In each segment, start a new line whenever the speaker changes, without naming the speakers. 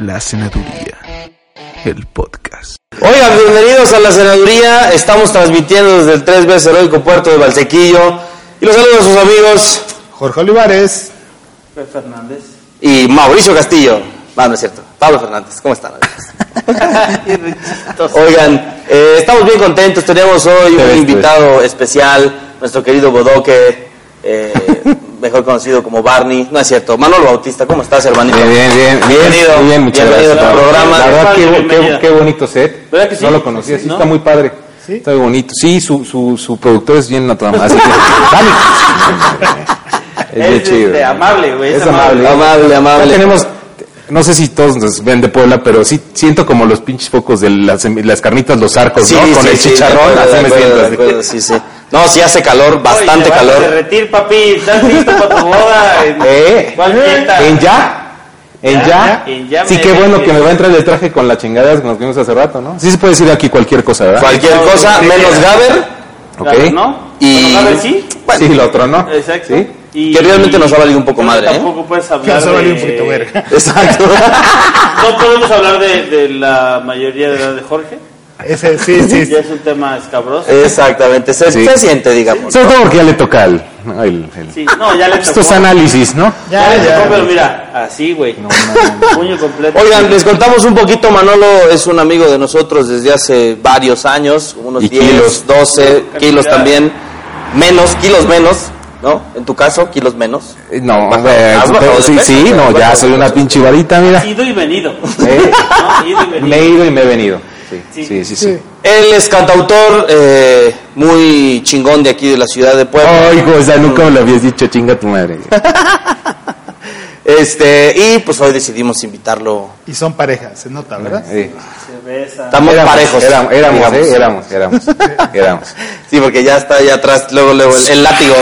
La Senaduría, el podcast.
Oigan, bienvenidos a la senaduría. Estamos transmitiendo desde el 3 veces heroico puerto de Valsequillo. Y los saludos a sus amigos
Jorge Olivares.
y Mauricio Castillo. Ah, No, no es cierto. Pablo Fernández, ¿cómo están? amigos? Oigan, eh, estamos bien contentos. Tenemos hoy un invitado especial, nuestro querido Bodoque, eh, mejor conocido como Barney. No es cierto. Manolo Bautista, ¿cómo estás, hermanito?
Bien, bien, bien.
Bienvenido.
Muy bien, muchas
Bienvenido
gracias.
al programa.
La verdad, qué, qué-
bienvenida.
qué bonito set.
¿Verdad que sí?
No lo conocía, sí,
¿No?
está muy padre. Está muy bonito. Sí, su, su, su productor es bien notado. Así que, Dani. Es bien
Es,
chido.
este, amable, güey, es
Es amable.
Amable, amable.
Ya tenemos, no sé si todos nos ven de Puebla, pero sí siento como los pinches focos de las, las carnitas, los arcos,
Sí,
¿no? Con
sí,
el
sí,
chicharrón,
de acuerdo,
así
de
me
acuerdo,
siento.
de
así.
acuerdo, sí, sí. No, sí hace calor, bastante
Oye, te vas
calor.
a derretir, papi. ¿Estás listo para tu boda? ¿En
¿Eh?
¿Cuál fiesta?
¿En ya? ¿En ya?
Ya, en ya
sí,
me
qué bueno
ves.
que me va a entrar el traje con las chingadas que nos vimos hace rato, ¿no? Sí se puede decir aquí cualquier cosa, ¿verdad?
Cualquier
No,
cosa,
sí,
menos
sí.
Gaber,
Claro,
¿Ok?
¿No?
Y-
Bueno, Eh. a ver, sí.
Sí, lo otro, ¿no?
Exacto.
Sí.
Y,
que realmente nos ha valido un poco
Pero
madre, ¿eh?
Tampoco puedes hablar
Nos ha valido
de-
un poquito verga.
Exacto.
No podemos hablar de, de la mayoría de edad de Jorge.
Ese, sí, sí.
Ya es un tema
Eh,
escabroso.
Exactamente, se,
Sí.
se siente, digamos.
Sobre todo porque ya le toca el, el- el-
Sí, no, ya le tocó.
estos análisis, ¿no?
Ya, le
Ya,
tocó,
ya.
pero mira, así, güey. Puño completo.
Oigan, les contamos un poquito, Manolo es un amigo de nosotros desde hace varios años, unos
Y
10,
kilos.
12 kilos
Cantidad.
también, menos, kilos menos, ¿no? En tu caso, kilos menos.
Eh, No,
Baja-
eh,
has bajado de
sí,
peso,
sí,
has
no,
bajado
ya
de
soy una
peso.
pinche varita, mira.
Ido y venido.
Eh,
¿no? Ido y
me
venido.
he ido y me he venido. Sí,
Sí.
sí, sí. sí.
Él es cantautor eh, muy chingón de aquí de la ciudad de Puebla.
Ay, cosa, nunca me lo habías dicho, chinga tu madre.
Este, y pues hoy decidimos invitarlo.
Y son parejas, se nota, ¿verdad?
Sí.
Se besa.
Estamos
Éramos,
parejos.
Éramos, éramos,
digamos.
eh, éramos, éramos, éramos.
Sí, porque ya está allá atrás, luego, luego el, el látigo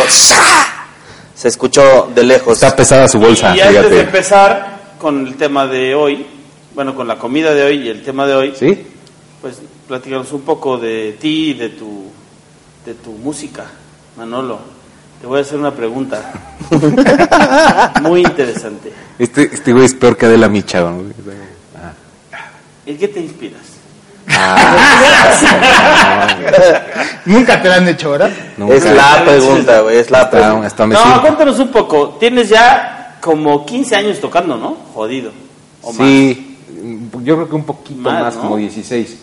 se escuchó de lejos.
Está pesada su bolsa,
Y antes de
fíjate.
empezar con el tema de hoy, bueno, con la comida de hoy y el tema de hoy,
¿Sí?
pues platicamos un poco de ti y de tu, de tu música, Manolo. Te voy a hacer una pregunta muy interesante.
Este, este güey es peor que Adela Micha, güey.
¿En qué te inspiras?
Nunca te la han hecho, ¿verdad?
Nunca.
Es la pregunta, güey, es la
Está,
pregunta.
está me
No,
sirve.
cuéntanos un poco. Tienes ya como 15 años tocando, ¿no? Jodido. O
Sí, yo creo que un poquito
Más,
más,
¿no?
como 16.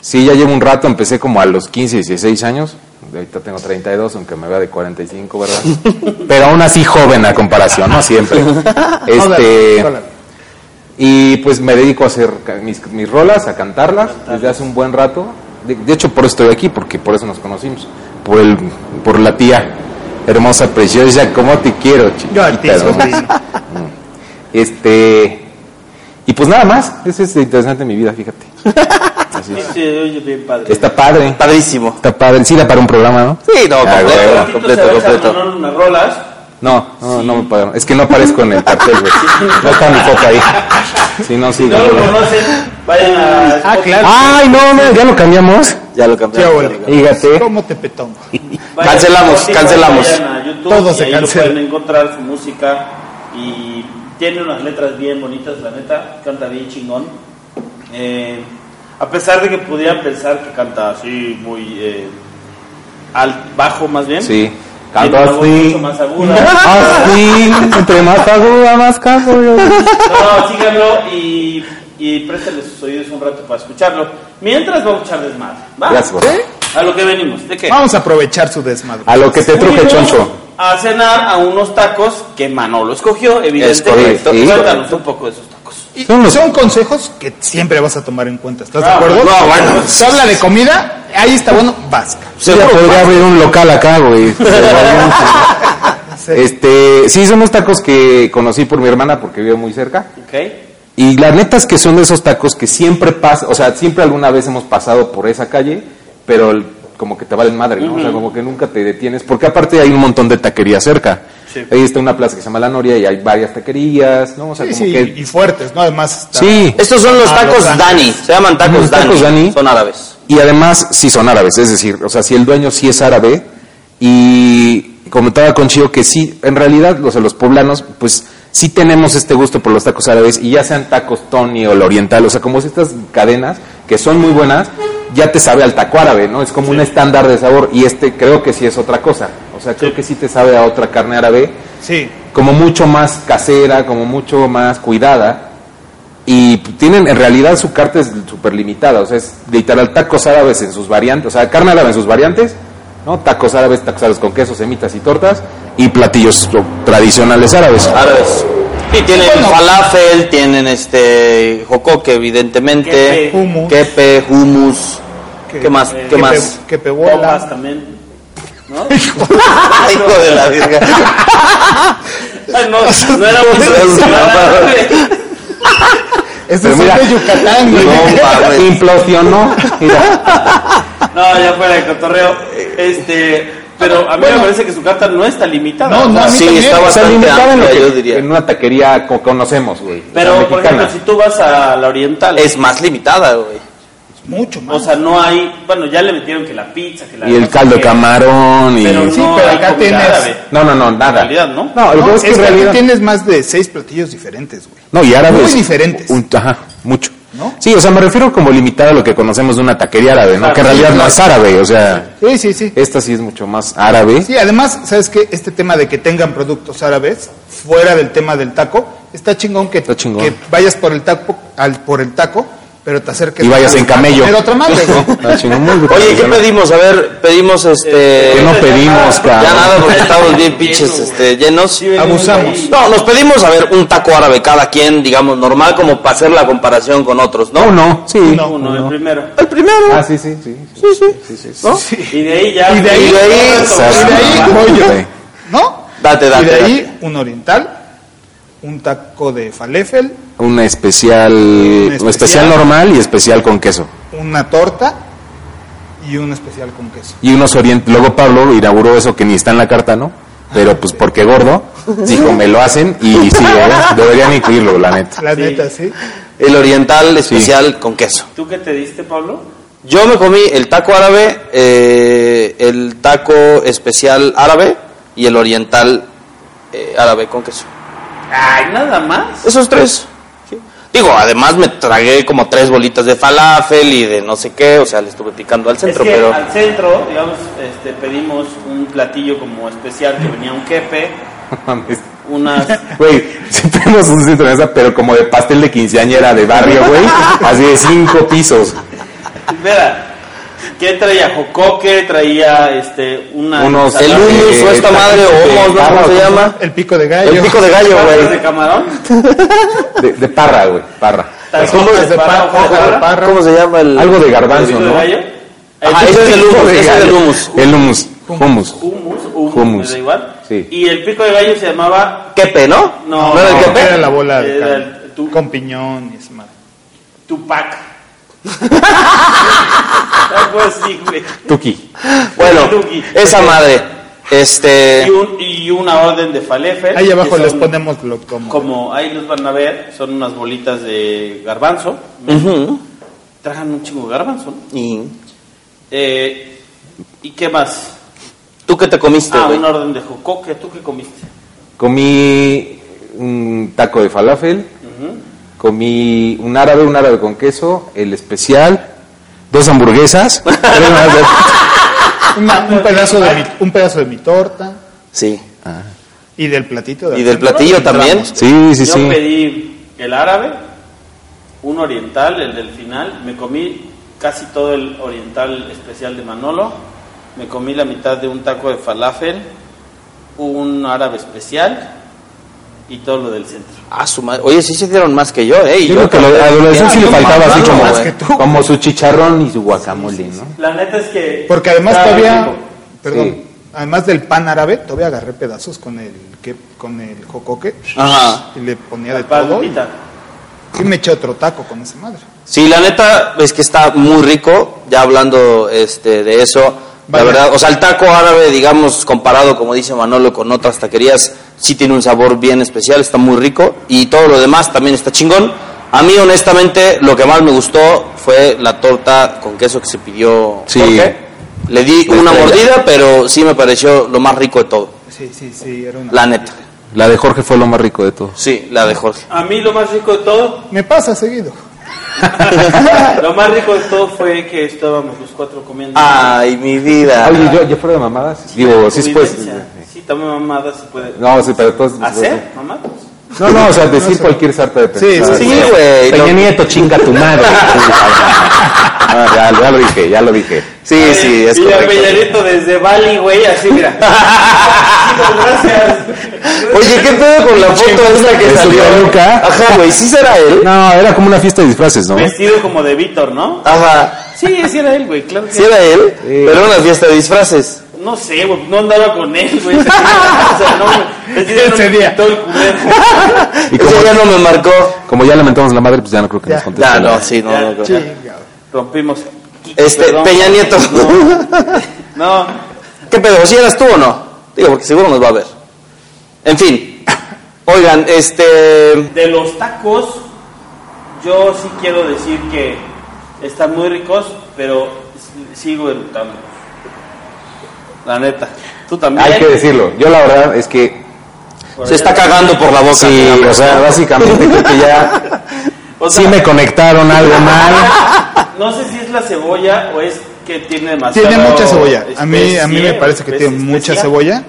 Sí, ya llevo un rato, empecé como a los 15, 16 años. Ahorita tengo 32, aunque me vea de 45, ¿verdad? Pero aún así joven a comparación, ¿no? Siempre. Este,
Hola, hola.
y pues me dedico a hacer ca- mis, mis rolas, a cantarlas desde hace un buen rato. De, de hecho, por eso estoy aquí, porque por eso nos conocimos. Por, el, por la tía hermosa, preciosa, ¿cómo te quiero, chiquita?
Yo a ti,
hermosa?
sobrino.
Este. Y pues nada más, eso es lo interesante de mi vida, fíjate. Así
más.
es.
Sí, se oye bien padre.
Está padre,
Padrísimo.
está padre. Sí, da para un programa, ¿no?
Sí, no,
Ah,
completo,
güey.
Tito
completo,
se va a echar
completo.
Manolo unas rolas.
No, no, no me pagaron. Es que no aparezco en el cartel, güey. No está mi foto ahí. Si no, sí,
Si no
no,
lo
no.
conocen, vayan a
Ah,
Spotify.
claro.
Ay, no, no, ya lo cambiamos.
Ya lo cambiamos.
Sí,
ya lo
abuelo.
cambiamos.
Fíjate.
¿Cómo te petongo?
Vayan
Cancelamos,
a Spotify,
cancelamos.
vayan a YouTube
Todo
y
se
ahí
cancela.
Lo pueden encontrar su música y tiene unas letras bien bonitas, la neta, canta bien chingón. Eh, a pesar de que pudieran pensar que canta así muy eh, al bajo más bien.
Sí.
tiene
Canto
una voz
así.
mucho más aguda.
Así. Entre más aguda, más canto. yo.
No, síganlo y, y préstenle sus oídos un rato para escucharlo. Mientras vamos a echar desmadre. ¿va?
Gracias, güey.
A lo que venimos. ¿De qué?
Vamos a aprovechar su desmadre.
A lo que te truje, choncho.
a cenar a unos tacos que Manolo escogió, evidentemente.
correcto, sí,
Cuéntanos
correcto.
un poco de esos tacos.
Y
Son
son,
los- pues,
consejos que siempre vas a tomar en cuenta. ¿Estás
Ah,
de acuerdo?
no, bueno.
Se habla de comida, ahí está bueno, vasca.
Yo ya podría abrir un local acá, güey. Este, sí, son unos tacos que conocí por mi hermana porque vive muy cerca.
¿Ok?
Y la neta es que son de esos tacos que siempre pasa, o sea, siempre alguna vez hemos pasado por esa calle, pero el- como que te valen madre, ¿no? O sea, como que nunca te detienes, porque aparte hay un montón de taquerías cerca.
Sí.
Ahí está una plaza que se llama La Noria y hay varias taquerías, ¿no? O sea,
Sí,
como
sí,
que...
y fuertes, ¿no? Además, está-
Sí,
Estos son los
Ah,
tacos
los Dani.
Dani. Se llaman
Los
tacos Dani.
tacos Dani.
Son árabes.
y además sí son árabes, es decir, o sea, si el dueño sí es árabe y comentaba con Chio que sí, en realidad, o sea, los poblanos, pues sí tenemos este gusto por los tacos árabes y ya sean tacos Tony o el oriental, o sea, como estas cadenas que son muy buenas, ya te sabe al taco árabe, ¿no? Es como un estándar de sabor y este creo que sí es otra cosa, o sea, creo que sí te sabe a otra carne árabe
Sí.
como mucho más casera, como mucho más cuidada. Y tienen, en realidad su carta es súper limitada, o sea, es literal tacos árabes en sus variantes, o sea, carne árabe en sus variantes, ¿no? Tacos árabes, tacos árabes con queso, semitas y tortas, y platillos o, tradicionales árabes.
Ah,
Árabes. Y tienen
Bueno.
falafel, tienen este jocoque, evidentemente.
Kepe.
Hummus.
Kepe, hummus. ¿Qué, más? ¿Qué,
Que
más?
pe- que
Bombas
pebola.
también. ¿No?
Ah,
Ay, hijo de la virga.
Ay, no, no era muy
Este
Pero
es
mira,
de Yucatán, güey.
no mames. Implosionó. Mira,
No, ya fuera de cotorreo. Este, pero a mí
Bueno.
me parece que su carta no está limitada.
No,
o
no,
sea,
a mí
Sí,
también.
está
o sea,
bastante
limitada en, lo
amplia,
que-
yo diría.
en una taquería que conocemos, güey. o sea,
Pero, por ejemplo,
mexicana.
si tú vas a la oriental,
Es más limitada, güey.
Mucho más.
o sea, no hay. Bueno, ya le metieron que la pizza, que la.
Y el caldo de camarón y...
Pero
Sí,
no
pero
hay
acá
comida
tienes-
árabe.
No, no, no, nada.
En realidad, ¿no?
No, el
No,
peor
es que
en
aquí
realidad...
tienes más de seis platillos diferentes, güey.
No, y árabes.
Muy diferentes.
Un- ajá, mucho.
¿No?
Sí, o sea, me refiero como limitado a lo que conocemos de una taquería árabe, ¿no?
Claro,
que en
sí,
realidad no
claro.
es árabe, o sea,
Sí, sí, sí.
esta sí es mucho más árabe.
Sí, además, ¿sabes qué? Este tema de que tengan productos árabes, fuera del tema del taco, está chingón que,
Está chingón.
que vayas por el taco, al, por el taco, pero te acerques
Y vayas
a-
en camello.
a comer otra madre, güey.
Ah, chingón, muy brutal.
Oye, ¿qué
Ya no-
pedimos? A ver, pedimos este.
Que no pedimos,
Ya
cabrón.
nada, porque estamos bien pinches este, llenos.
Abusamos.
No, nos pedimos, a ver, un taco árabe cada quien, digamos, normal, como para hacer la comparación con otros, ¿no?
No, no, sí.
No.
Uno, el primero.
El primero.
Ah, sí, sí, sí. sí.
Y de ahí ya.
Y de ahí-
Y de ahí,
O sea,
Y de ahí,
sí.
pollo. ¿No?
Date, date.
y de
date.
ahí, un oriental, un taco de falafel,
Un especial, un especial
especial.
normal y especial con queso.
una torta y un especial con queso.
Y unos orientales. Luego Pablo inauguró eso que ni está en la carta, ¿no? Pero pues porque gordo, dijo, me lo hacen y sí, ¿eh? deberían incluirlo, la neta.
La
Sí.
neta, sí.
El oriental especial con queso.
¿Tú qué te diste, Pablo?
Yo me comí el taco árabe, eh, el taco especial árabe y el oriental eh, árabe con queso.
Ay, nada más.
Esos tres. sí. Digo, además me tragué como tres bolitas de falafel y de no sé qué, o sea, le estuve picando al centro,
es que
pero...
al centro, digamos, este, pedimos un platillo como especial que venía un jefe, unas.
Güey, si tenemos un centro de mesa, pero como de pastel de quinceañera de barrio, güey. Así de cinco pisos.
Espera. ¿Qué traía? Jocoque, traía este, una.
Unos-
El
ensalada-
hummus o esta madre, o hummus, ¿no? ¿Cómo se llama?
El pico de gallo.
El pico de gallo,
¿Papas de
güey.
camarón?
De, de parra, güey, parra.
¿Cómo
es de
parra,
parra,
hoja de
de
parra?
¿Cómo se llama el...?
Algo de garbanzo,
¿Pedacito de
¿no?
gallo? Ah,
Ajá, ese es el hummus, ese es el hummus.
El hummus. Hummus.
Hummus, hummus,
Hummus.
me da igual.
Sí.
Y el pico de gallo se llamaba...
Quepe, ¿no?
No,
¿No era el
no,
quepe?
Era la bola de
Era
carne.
el- tú-
Con piñón y esa madre.
Tupac. Algo así, güey.
Tuki.
Bueno,
Tuki.
esa madre.
Y,
Este...
un- y una orden de falafel.
Ahí abajo
que
les
son
ponemos lo como.
Como ahí los van a ver, son unas bolitas de garbanzo.
Ujú.
Trajan un chingo de garbanzo. ¿no?
¿Y
Eh, ¿Y qué más?
tú qué te comiste,
Ah,
Este, güey?
una orden de jocoque. ¿Tú qué comiste?
Comí un taco de falafel. Comí un árabe, un árabe con queso, el especial, dos hamburguesas. tres más de-
Una- un, pedazo de mi, un pedazo de mi torta
Sí.
y del platito.
¿Y del
centro,
platillo
entramos.
también?
Sí, sí,
Yo
sí.
pedí el árabe, un oriental, el del final. Me comí casi todo el oriental especial de Manolo. Me comí la mitad de un taco de falafel. un árabe especial y todo lo del centro.
Ah, su madre. Oye, sí se hicieron más que yo, ¿eh? Y
Yo creo que a la a la adolescencia le
Mira,
faltaba
yo
así
me
como,
acuerdo, güey.
como su chicharrón y su guacamole, ¿no?
La neta es que...
Porque además
cada
todavía,
rico.
perdón,
Sí.
además del pan árabe, todavía agarré pedazos con el que con el jocoque
Ajá.
y le ponía de
Pan
todo. Y,
pita.
y me eché otro taco con esa madre.
Sí, la neta es que está muy rico, ya hablando este, de eso.
Vaya.
La verdad, o sea, el taco árabe, digamos, comparado, como dice Manolo, con otras taquerías, sí tiene un sabor bien especial, está muy rico. Y todo lo demás también está chingón. A mí, honestamente, lo que más me gustó fue la torta con queso que se pidió.
Sí.
Jorge. Le di
La
una
estrella.
mordida, pero sí me pareció lo más rico de todo.
Sí, sí, sí, era una.
La neta.
La de Jorge fue lo más rico de todo.
Sí, la de Jorge.
A mí lo más rico de todo,
Me pasa seguido.
lo más rico de todo fue que estábamos los cuatro comiendo.
Ay, mi vida.
Oye, yo, yo fuera de mamadas. Digo, Ah, sí, pues.
Convivencia. Sí, también mamada se puede.
No, ¿Ah, sí, pero todos.
¿Hacer? ¿Mamadas?
No, no, o sea, decir cualquier sarta de pendejadas.
Sí, güey.
Peña
lo-
Nieto, chinga tu madre. Ah, ya, ya lo dije, ya lo dije.
Sí, sí, es
Y a
correcto.
Peñarito desde Bali, güey, así mira. Muchas gracias.
Oye, ¿qué pedo con la foto esa que
¿De su
salió?
peluca?
Ajá, güey, ¿sí será él?
No, era como una fiesta de disfraces, ¿no?
Vestido como de Víctor, ¿no?
Ajá,
Sí, sí era él, güey, claro que
¿sí era él?
Sí.
Pero una fiesta de disfraces.
No sé, güey, no andaba con él, güey. O sea, no, güey. Ese
Ese
día.
día.
no me quitó el culero.
Y
Ese
como,
ya no me marcó.
como ya lamentamos la madre, pues ya no creo que nos conteste.
Ya,
nada.
no, sí, no,
Ya,
no creo.
Chingado.
Rompimos.
Este,
Perdón.
Peña Nieto.
No,
¿Qué pedo? ¿Sí eras tú o no? Digo, porque seguro nos va a ver. En fin. Oigan, este...
de los tacos, yo sí quiero decir que están muy ricos, pero s- sigo eructando. La neta. Tú también.
Hay que decirlo. Yo la verdad es que.
Por
Se
allá.
está cagando por la boca.
Sí, o sea, básicamente creo que ya.
O sea,
Sí me conectaron algo mal.
No sé si es la cebolla o es que tiene demasiado.
Tiene mucha cebolla. A mí, a mí me
especie,
parece que tiene
especie,
mucha
especia.
cebolla.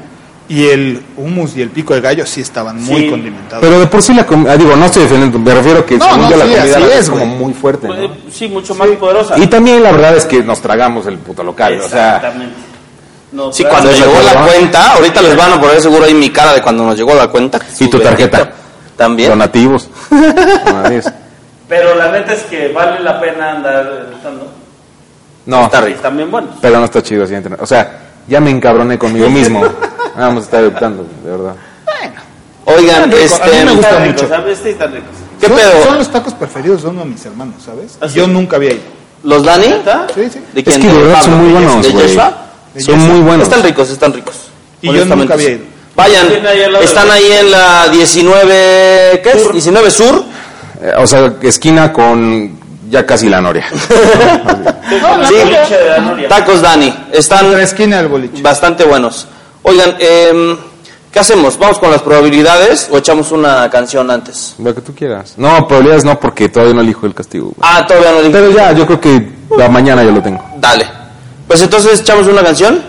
Y el hummus y el pico de gallo sí estaban muy
Sí.
condimentados.
Pero de por sí la comida. digo, no estoy defendiendo, me refiero que
No,
según
no,
yo la
sí,
comida
así
la-
es,
como
güey.
muy fuerte.
Pues,
¿no?
eh, Sí, mucho más poderosa.
Y también la verdad es que nos tragamos el puto local. O sea,
Exactamente. No,
Sí,
claro.
cuando
Desde
llegó la
luego.
cuenta, ahorita les van a poner seguro ahí mi cara de cuando nos llegó la cuenta.
Y tu tarjeta.
También.
donativos. Donativos.
Pero la neta es que vale la pena andar eructando.
No,
Está
Y
rico.
También bueno.
pero no está chido así. entre- O sea, ya me encabroné conmigo mismo. Vamos a estar adoptando, de verdad.
Oigan,
Está rico,
este...
a mí me gusta
Están ricos,
mucho.
¿sabes? Sí, están ricos.
¿Qué
son,
pedo?
son los tacos preferidos de uno de mis hermanos, ¿sabes?
¿Ah, sí?
Yo nunca había ido.
¿Los Dani?
Sí, sí.
¿De
Es
quién?
que de
¿De
verdad son
Pablo?
muy
¿De
buenos,
Yes- de
güey.
Yeshua?
Son muy buenos.
Están ricos, están ricos.
Y yo
Honestamente,
nunca había
sí.
ido.
Tiene ahí al
Vayan,
lado
están
de-
ahí en la 19, ¿qué es? 19 Sur.
Eh, O sea, esquina con ya casi la noria.
Sí.
La leche de la noria.
Tacos Dani, están
La esquina del boliche.
bastante buenos. Oigan, em, ¿qué hacemos? ¿Vamos con las probabilidades o echamos una canción antes?
Lo que tú quieras. No, probabilidades no, porque todavía no elijo el castigo. güey.
Ah, todavía no
Pero
dije.
ya, yo creo que la mañana ya lo tengo.
Dale. Pues entonces echamos una canción.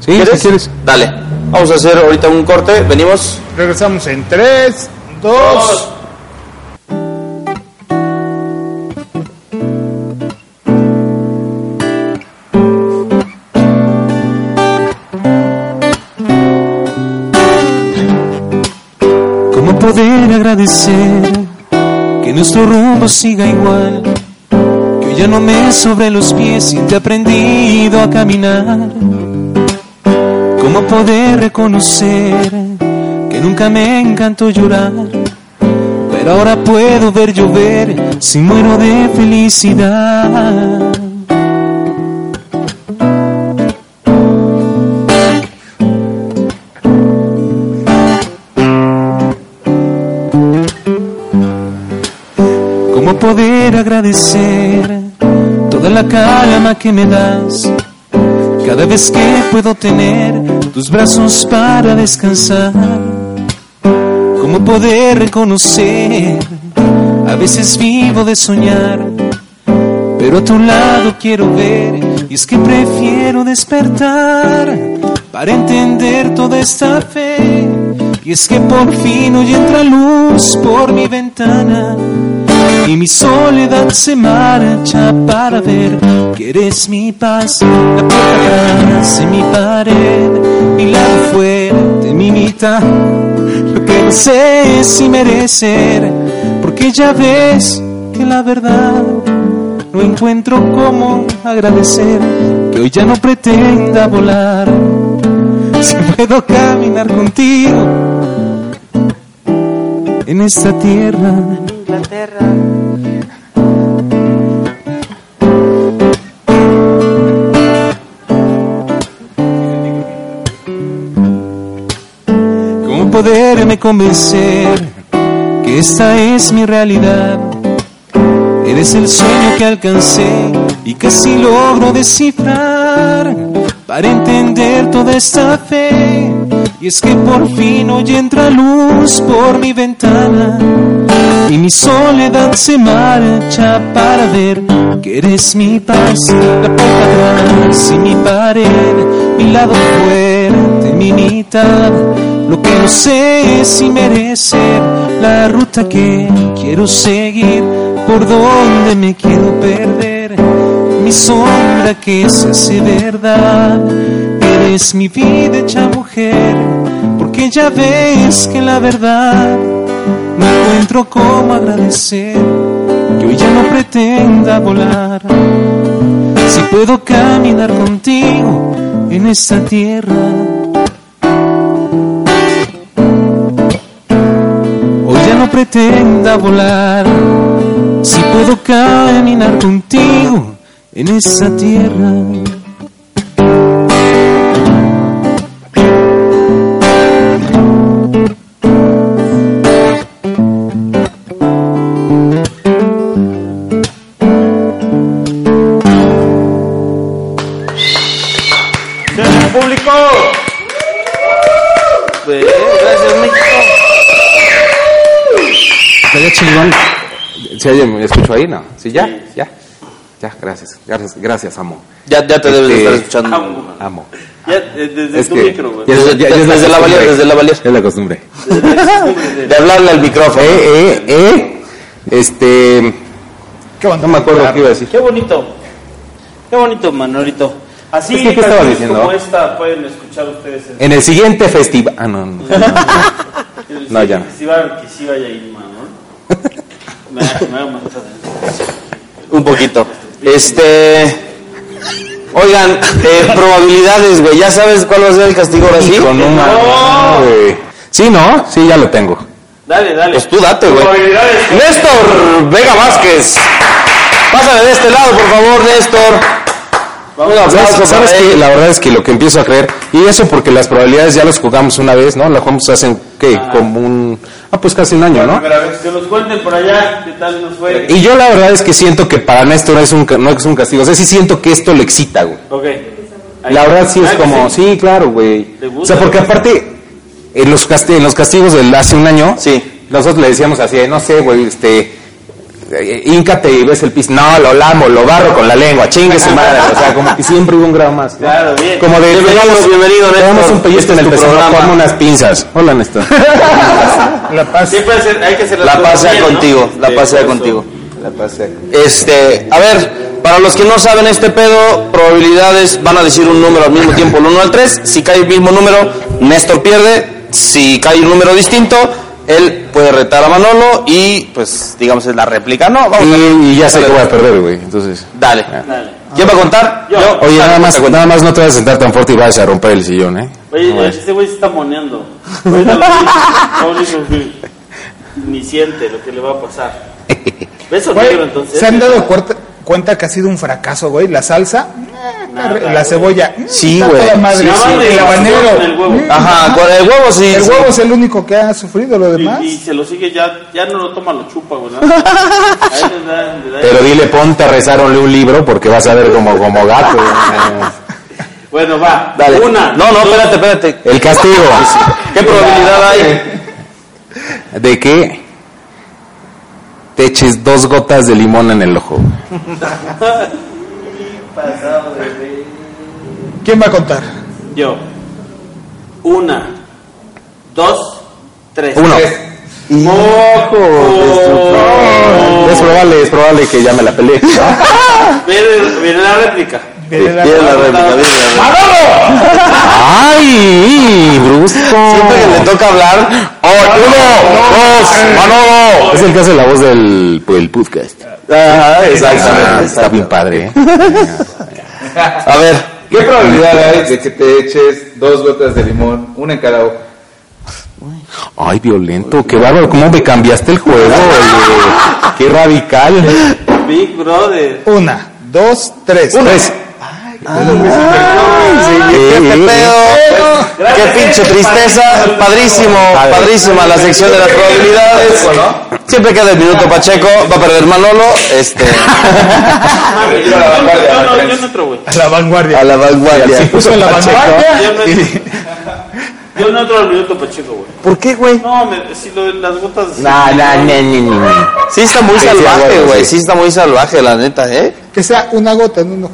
¿Sí? ¿Qué
¿Quieres?
quieres?
Dale. Vamos a hacer ahorita un corte, venimos.
Regresamos en 3, 2.
¿Cómo poder agradecer que nuestro rumbo siga igual? Que hoy ya no me sobre los pies y te he aprendido a caminar. ¿Cómo poder reconocer que nunca me encantó llorar? Pero ahora puedo ver llover si muero de felicidad. ¿Cómo poder agradecer toda la calma que me das? Cada vez que puedo tener tus brazos para descansar. ¿Cómo poder reconocer? A veces vivo de soñar, pero a tu lado quiero ver. Y es que prefiero despertar para entender toda esta fe. Y es que por fin hoy entra luz por mi ventana y mi soledad se marcha para ver que eres mi paz, la puerta atrás de mi pared y la de fuera de mi mitad. Lo que no sé si merecer, porque ya ves que la verdad no encuentro cómo agradecer que hoy ya no pretenda volar. Si puedo caminar contigo en esta tierra,
Inglaterra.
cómo poderme convencer que esta es mi realidad. Eres el sueño que alcancé y casi logro descifrar para entender toda esta fe. Y es que por fin hoy entra luz por mi ventana y mi soledad se marcha para ver que eres mi paz, la puerta atrás y mi pared, mi lado fuerte, mi mitad. Lo que no sé es si merecer la ruta que quiero seguir, por donde me quiero perder, mi sombra que se hace verdad. Eres mi vida hecha mujer, porque ya ves que la verdad no encuentro cómo agradecer que hoy ya no pretenda volar. Si puedo caminar contigo en esta tierra. Hoy ya no pretenda volar. Si puedo caminar contigo en esta tierra.
¡Gracias, público!
Pues, gracias, México.
Estaría chingón. Si alguien me escucho ahí, no. Sí, ya, ya. Ya, gracias. Gracias, gracias amo.
Ya, ya te debes de
Este,
estar escuchando.
Amo.
Amo.
Ah, Ya, eh, desde
Es
tu
que
micro, güey.
ya es- ya- ya es
Desde la
costumbre.
valier, desde la valier.
Es la costumbre.
De hablarle al micrófono.
Eh, eh, eh. Este. No me acuerdo qué iba a decir.
Qué bonito. Qué bonito, Manolito. Así
Es que, ¿qué estaba
canciones
diciendo?
como esta pueden escuchar ustedes en
En el siguiente festival. Ah, no, no.
el
No, ya no.
festival que sí vaya a ir, Manol. Me da- me da un montón de-
Un poquito. Este. Oigan, eh, probabilidades, güey. ¿Ya sabes cuál va a ser el castigo ahora sí? Pues
Con una-
No.
güey. Sí, ¿no? Sí, ya lo tengo.
Dale, dale.
Pues tú date, güey.
Probabilidades.
Néstor Vega Vázquez. Pásale de este lado, por favor, Néstor. Un aplauso
¿Sabes, sabes
para
que
él.
la verdad es que lo que empiezo a creer, y eso porque las probabilidades ya las jugamos una vez, ¿no? Las jugamos hace, ¿qué? Como un. Ah, pues casi un año, ¿no?
Primera vez. Que nos cuenten por allá qué tal nos fue.
Y yo la verdad es que siento que para Néstor es un, ca- no es un castigo. O sea, sí siento que esto le excita, güey.
Ok. Ahí.
La verdad sí es
Ah, que
como,
sí.
sí, claro, güey.
Le gusta,
O sea, porque
le
aparte, en los, casti- en los castigos del hace un año,
Sí.
nosotros le decíamos así, no sé, güey, este, eh, híncate y ves el piso. No, lo lamo, lo barro con la lengua, chingue su madre. O sea, como que siempre hubo un grado más. ¿no?
Claro, bien.
Como de,
Bienvenido,
te damos-
bienvenido,
te damos
Néstor.
un pellizco
Este
en
es
el
tu
pezón,
programa.
como unas pinzas. Hola, Néstor.
La paz.
Siempre hacer- hay que hacer las
La
cosas
paz sea
bien, ¿no?
contigo, la
Sí,
paz sea
eso.
contigo. Este, a ver, para los que no saben este pedo, probabilidades van a decir un número al mismo tiempo, el 1 al 3. Si cae el mismo número, Néstor pierde. Si cae un número distinto, él puede retar a Manolo y, pues, digamos, es la réplica. No, vamos a
y, y ya sé que voy a perder, güey. Entonces.
Dale.
Dale.
¿Quién va a contar?
Yo.
Oye, nada más, nada más no pues te vas a sentar tan fuerte y vas a romper el sillón, ¿eh?
Oye, este güey se está moneando. Ahorita lo único- lo único que ni siente lo que le va a pasar. ¿Ves o
Güey,
negro entonces?
¿Se han dado cuerta- cuenta que ha sido un fracaso, güey? La salsa, eh,
Nada,
la
güey.
cebolla, eh,
Sí,
está
güey.
toda madre.
Sí, sí.
el habanero.
El huevo.
mm,
Ajá, con el huevo sí.
El
sí.
huevo es el único que ha sufrido, lo
Y,
demás.
y se lo sigue ya, ya no lo toma, lo chupa, güey. ¿no? Ahí le da, le da-
Pero dile, ponte a rezar o lee un libro porque vas a ver como, como gato. ¿eh? güey.
Bueno, va.
Dale.
Una.
No, no, espérate, espérate.
El castigo.
¿Qué probabilidad hay?
¿De que Te eches dos gotas de limón en el ojo.
¿Quién va a contar?
Yo. Una. Dos. Tres. Oh,
Uno. Y ¡Ojo! Es probable, es probable que ya me la peleé.
Viene, viene la réplica.
Viene la-
Viene la réplica, viene la réplica.
¡Ay! ¡Brusco!
Siempre que le toca hablar,
¡Oh, uno! ¡Dos! ¡Manolo! Es el que hace la voz del, del podcast.
ah,
Ah,
exactamente.
está bien ¿eh?
exacto.
padre, ¿eh?
A ver,
¿Qué probabilidad hay de que te eches dos gotas de limón, una en cada ojo?
Ay, violento, qué bárbaro, cómo me cambiaste el juego, oye. qué radical.
Big Brother.
Una, dos, tres.
Tres.
Pues, qué pedo. Qué pinche
eh,
tristeza. Padrísimo, padrísima la sección de las probabilidades. Siempre queda el minuto Pacheco, va a perder Manolo, este,
Yo la vanguardia, la
No, no,
prensa.
yo no entro, güey.
A la vanguardia.
Ah,
a la vanguardia.
Puso en la vanguardia.
Yo no,
y-
yo no entro al minuto Pacheco, güey.
¿Por qué, güey?
No, me, si lo de las gotas.
No, no, no, no, no, no.
Sí está muy
Sí, sí,
salvaje,
bueno,
güey.
sí.
Sí está muy salvaje, la neta, ¿eh?
Que sea una gota en un ojo.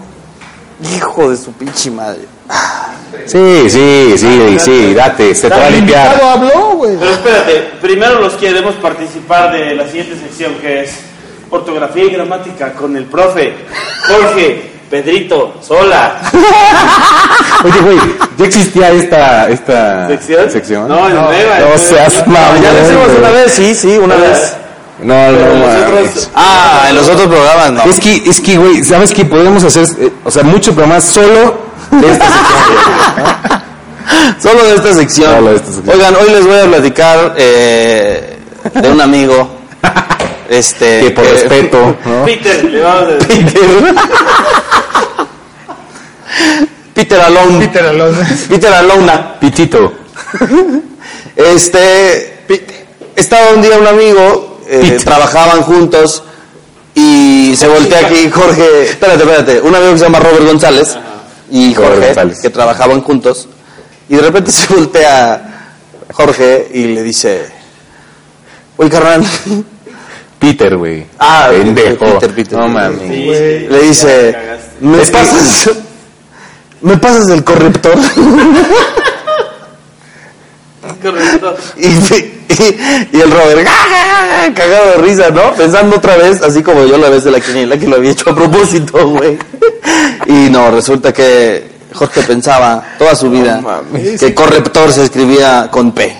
Hijo de su pinche madre.
Sí, sí, sí, sí, date, se te va a limpiar.
Invitado habló, güey.
Pero espérate, primero los queremos participar de la siguiente sección que es ortografía y gramática con el profe Jorge Pedrito Sola.
Oye, güey, ya existía esta, esta
¿Sección? No, es
no,
nueva.
no
es nueva.
seas mamón.
Ya lo hicimos una vez, sí, sí, una vez.
No, no, mames.
Nosotros-
Ah, en los otros programas no.
Es que, es que, güey, ¿sabes qué? Podemos hacer, eh, o sea, mucho, pero más solo de esta sección.
Solo de esta sección.
Solo de esta sección.
Oigan, hoy les voy a platicar eh, de un amigo. Este,
Que por
que-
respeto, ¿no?
Peter, le vamos a decir.
Peter. Peter Alone. Peter,
Peter Alonso.
Alona.
Pitito.
Este. Pi- Estaba un día un amigo, eh, trabajaban juntos y se voltea aquí Jorge. Espérate, espérate. Un amigo que se llama Robert González y
Robert
Jorge,
González.
que trabajaban juntos. Y de repente se voltea Jorge y le dice: Oye, carnal.
Peter, güey.
Ah,
pendejo.
Peter, Peter.
No mames.
Sí, sí.
Le dice,
Ya la cagaste.
¿me
Es que-
pasas, ¿me pasas el corrector?
Correcto.
Y, y- y el Robert, ¡ah, ah, ah! cagado de risa, ¿no? Pensando otra vez, así como yo la vez de la quiniela que lo había hecho a propósito, güey. Y no, resulta que Jorge pensaba toda su vida que corrector se escribía con P.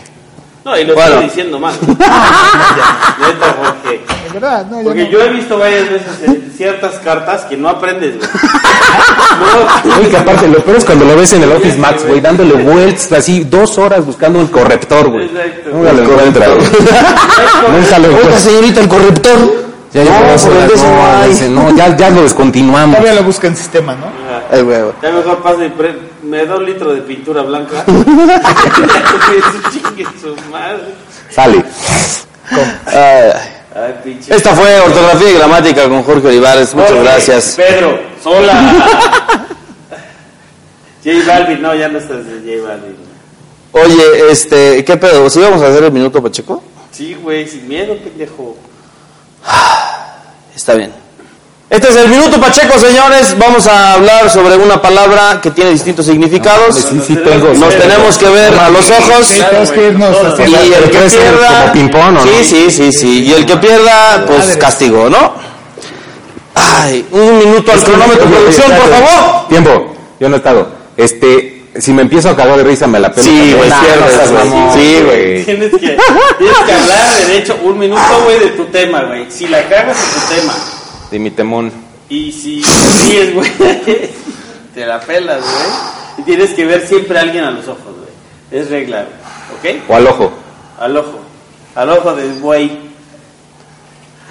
No, y lo
Bueno.
estoy diciendo mal. Ya, Neta, Jorge.
De verdad, no, ya
Porque
no.
yo he visto varias veces en ciertas cartas que no aprendes, güey. No,
Oye, que aparte, lo peor es cuando lo ves en el Office Max, güey, dándole vueltas así dos horas buscando el corrector, güey.
Exacto.
Nunca lo encuentra, güey. Nunca lo
Oiga,
encuentra.
señorita, el corrector.
Ya
no,
llevó dos
por el
horas,
de eso no hay.
dice, no, ya, ya lo descontinuamos.
Todavía lo busca en sistema, ¿no?
Ay, güey, güey.
Ya mejor pasa y pre- me da un litro de pintura blanca. Chingue su madre.
Sale.
Ay.
Ay, pinche.
Esta fue Ortografía y Gramática con Jorge Olivares. Muchas
Jorge,
gracias.
Pedro, sola. J Balvin, no, ya no estás de J Balvin.
Oye, este, ¿qué pedo? ¿Sí vamos a hacer el minuto Pacheco?
Sí, güey, sin miedo, pendejo.
Está bien. Este es el minuto Pacheco, señores. Vamos a hablar sobre una palabra que tiene distintos significados.
Sí, sí, tengo.
Nos tenemos que ver a los ojos.
Sí, tenemos que irnos
Todos.
hacia
Y
la-
el que
Pero es
pierda.
como ping-pong, ¿o no?
Sí, sí, sí, sí. Y el que pierda, pues castigo, ¿no? Ay, un minuto al cronómetro, producción, por favor.
Tiempo. Yo no he estado. Este, si me empiezo a cagar de risa, me la pego.
Sí, güey, pierdes, güey. Sí, güey.
Tienes que, tienes que hablar, de hecho, un minuto, güey, de tu tema, güey. Si la cagas es tu tema.
De mi temón.
Y si te ríes, güey, te la pelas, güey. Y tienes que ver siempre a alguien a los ojos, güey. Es regla, güey. ¿ok?
O al ojo.
Al ojo. Al ojo del buey.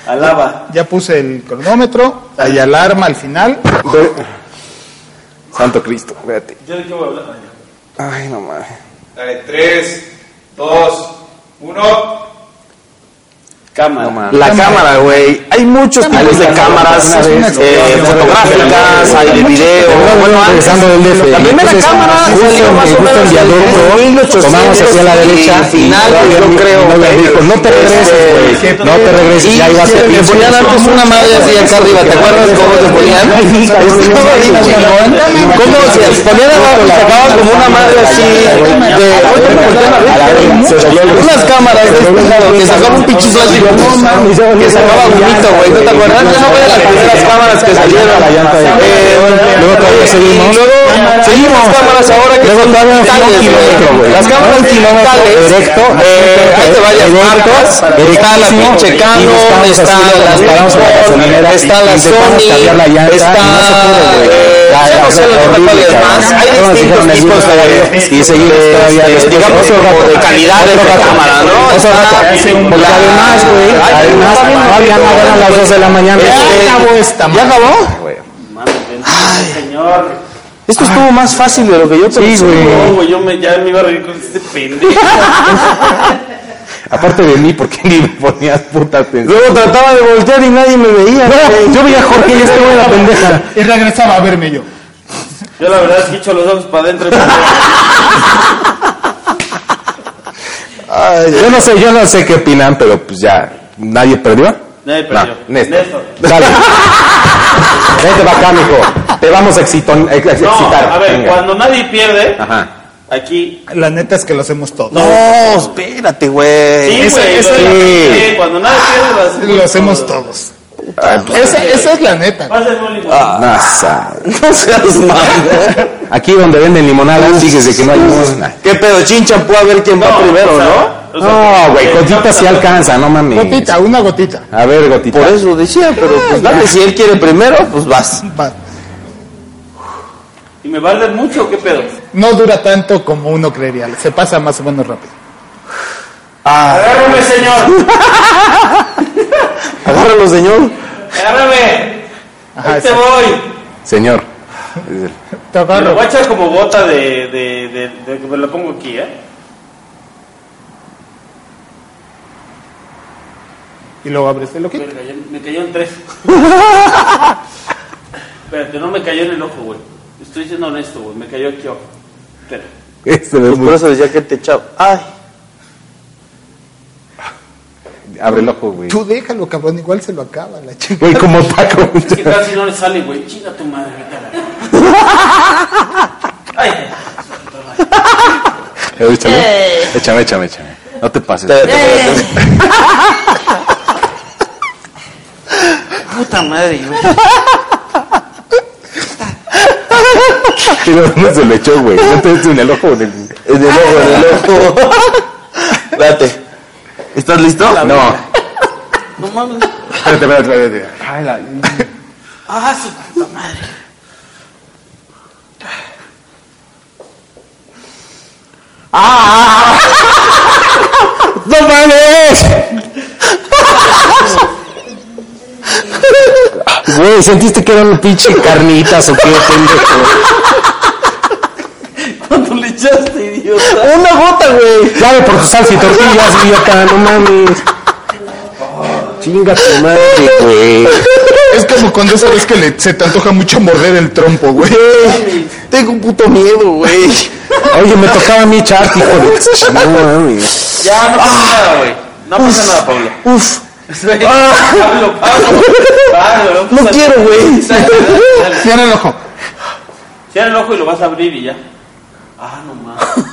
Alaba.
Ya puse el cronómetro, hay alarma al final.
Santo Cristo, espérate.
Yo de qué voy a hablar.
Ay, no mames.
Dale, tres, dos, uno.
Cámara.
La cámara, güey. Hay muchos tipos de cámaras eh, fotográficas, hay de video. Bueno, antes,
regresando del DF.
la primera
Entonces,
cámara
justo
salió
en-
más o
justo en
menos en
viaducto,
1800
tomamos hacia la derecha
y
y
final,
todavía
yo
no-
creo.
no había
güey.
disco. No te regreses,
Este,
No te regreses,
y
ya iba a ser
le
pinche
ponían
disco.
antes una madre así acá arriba, ¿te acuerdas cómo te ponían? Este, Estaba bien chingón. ¿Cómo se ponían abajo y sacaban como una madre así de... Ahorita me voltean a ver,
Se salió el-
unas cámaras de este lado que sacaba un pinche flash
este
de luz, que sacaba un mito, güey. ¿No te acuerdas? Yo no voy a las primeras cámaras que salieron.
La llanta de-
Eh,
Luego todavía
eh,
seguimos.
y luego seguimos las cámaras ahora que
Luego
son
todavía un
digitales,
kilómetro,
güey.
güey.
Las cámaras
Un kilómetro
digitales.
directo,
eh, Ahí te varias
directo,
marcas. Está la
directísimo,
pinche
y
Canon,
buscamos
está
así,
la
nos paramos en la
Nikon,
gasolinera,
está la
intentamos
Sony,
cambiar la llanta,
está...
y no se pudo, güey. Ya,
eh, ya
ya,
no
o sea, horrible,
sé los detalles
cabrón.
más. Hay
No, nos
distintos
dijeron, "Es
tipos
una
de...
y seguimos
Este,
de-
todavía
de-
después.
digamos,
Otro
como
rato.
de calidad de
Otro rato.
cámara, ¿no?
Otro
Está-
rato. Porque
la-
además, güey,
Ay,
además,
está bien
no había
bonito.
nada, eran las 2 de la mañana.
Este- ¿Ya pues, acabó?
Señor.
Esto estuvo más fácil de lo que yo pensé.
Sí, güey.
No, güey, yo me, ya me iba a reír con este pendejo.
Aparte de mí, porque ni me ponías puta atención.
Luego trataba de voltear y nadie me veía. güey.
Yo veía a Jorge y este güey la pendeja.
Y regresaba a verme yo.
Yo la verdad es que echo los ojos para adentro.
Yo no sé, yo no sé qué opinan, pero pues ya, nadie perdió.
Nadie perdió.
No, Néstor.
Néstor.
Dale. Vente para acá, mijo. Te vamos a, exito- a ex-
No,
excitar.
a ver,
Venga.
cuando nadie pierde,
Ajá.
aquí.
La neta es que lo hacemos todos.
No, espérate,
Sí,
güey.
güey,
esa-
lo
esa-
de- sí, cuando nadie pierde, lo hacemos.
Lo hacemos todos.
Ah, pues,
Esa,
eh,
esa es la neta.
Pásenme un
Ah,
limón.
Nasa.
No seas mal.
Aquí donde venden limonadas, fíjese que no hay limonada.
¿Qué pedo? Chincha, puede ver quién va primero,
o sea,
¿no?
o sea,
No, güey,
eh,
gotita
estamos
sí
hablando-
alcanza, no mames.
Gotita, una gotita.
A ver, gotita.
Por eso decía, pero pues dale, si él quiere primero, pues vas.
Va.
¿Y me va a arder mucho o qué pedo?
No dura tanto como uno creería. Se pasa más o menos rápido.
Agárrame, señor.
Agárralo, señor.
Agárrame.
Ajá,
Ahí te
sí.
voy.
Señor.
Te
Me lo
agarro.
voy a echar como bota de, de, de, de que me lo pongo aquí, ¿eh?
Y luego abres el ojito.
Verga, ya me cayó en tres. Espérate, no me cayó en el ojo, güey. Estoy siendo honesto, güey. Me cayó aquí, ojo. Espera.
Este es
Por
muy...
eso decía que te echaba. Ay,
Abre el ojo, güey.
Tú déjalo, cabrón. Igual se lo acaba la chica.
Güey, como taco.
Es que casi no le sale, güey. Chinga tu madre, quítala. Ay,
Échame, échame, échame, échame. No te pases.
te-
Eh.
te-
puta madre, güey.
¿Y dónde se lo echó, güey? ¿No te en el ojo o en el...?
te- en el ojo, en el ojo. Date. ¿Estás listo?
No.
No mames.
Espérate, espérate, espérate.
Ah, su puta madre.
¡No mames! Güey, ¿sentiste que eran pinche carnitas o qué, pendejo?
¿Cuánto le echaste, idiota?
¡Una gota, güey! Llave por tu salsa y tortillas, idiota, no mames. Chinga tu madre, güey.
Es como cuando sabes que le- se te antoja mucho morder el trompo, güey.
Tengo un puto miedo, güey.
Oye, me tocaba a mí echar, hijo de... No mames.
Ya, no pasa nada, güey. No pasa nada, Pablo.
Ah. Uf,
Pablo, Pablo. Pablo,
no
pasa
quiero, güey.
nada.
Cierra el ojo.
Cierra el ojo y lo vas a abrir y ya. Ah, no mames.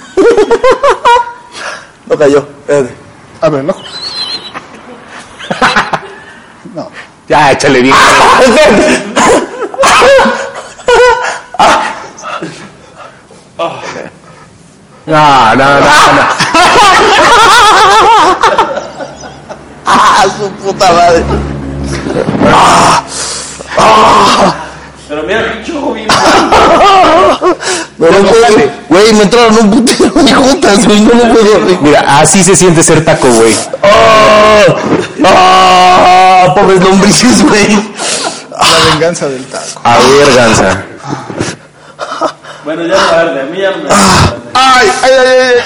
No cayó. Espérate.
Abre el ojo.
Ya, Ah, échale bien. No, no, no, no.
¡Ah, su puta madre!
Pero mira, el pinche ojo bien.
No, no puedo. Güey, me entraron un putero de juntas, güey. No lo puedo. güey.
Mira, así se siente ser taco, güey.
¡Oh! ¡Oh! Pobres lombrices, güey.
La venganza del taco.
A ver, Gansa.
Bueno, ya no arde, a mí ya no me arde.
Ay, ay, ay, ay.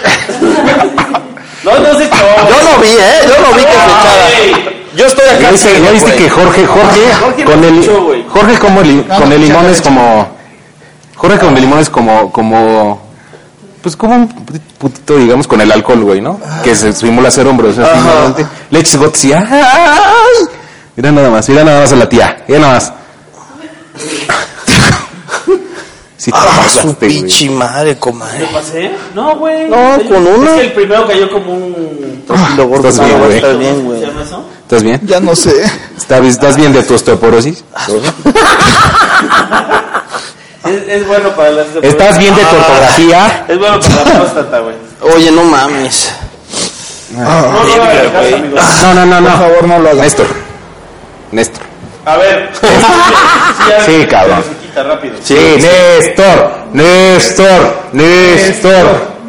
No, no se echó.
Yo no vi, ¿eh? Yo no vi que se echara.
Ay,
ya viste, ya viste que Jorge, Jorge,
Jorge
con
lo
el,
escuchó, güey.
Jorge como li-
No,
con
no,
el limón
échale,
es como, Jorge con el limón es como, como, pues como un putito, digamos, con el alcohol, güey, ¿no? Que se simula ser hombre, o sea, finalmente, le echas gotas y ¡ay! Mira nada más, mira nada más a la tía, mira nada más. Sí, te
Ah,
pasaste,
su
güey.
pinche madre, comadre.
¿Lo pasé? No, güey.
No,
Cayó-
con una.
Es que el primero cayó como un.
Lo gordo,
Estás
no, va
bien,
a
güey.
estar bien,
¿Cómo
güey.
se llama eso?
¿Estás bien?
Ya no sé.
¿Estás, estás bien de tu osteoporosis?
Es, es bueno para las. Ah,
¿Estás bien de tu ortografía?
Es bueno para la próstata, güey.
Oye, no mames.
No, no, no, no, amigo.
No, no, no, no.
Por favor, no lo hagas.
Néstor. Néstor.
A ver. este,
Sí, cabrón.
Se quita rápido.
Sí, Néstor, Néstor, Néstor,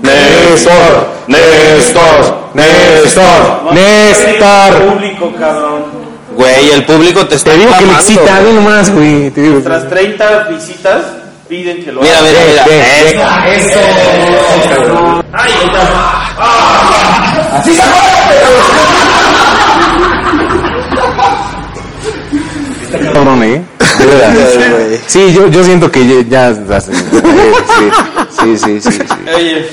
Néstor, Néstor, Néstor, Néstor.
Público, cabrón.
Güey, el público te está
Te digo que le
mamando,
excita,
güey.
ve nomás, güey. Te digo.
Tras 30 visitas, piden que lo
Mira,
hagan.
mira,
Ve,
mira.
ve, ve.
Eso.
Ay, ahorita.
Cabrón, ¿eh? De verdad. Sí, yo, yo siento que ya- ya... ya- sí, sí, sí, sí, sí.
Oye,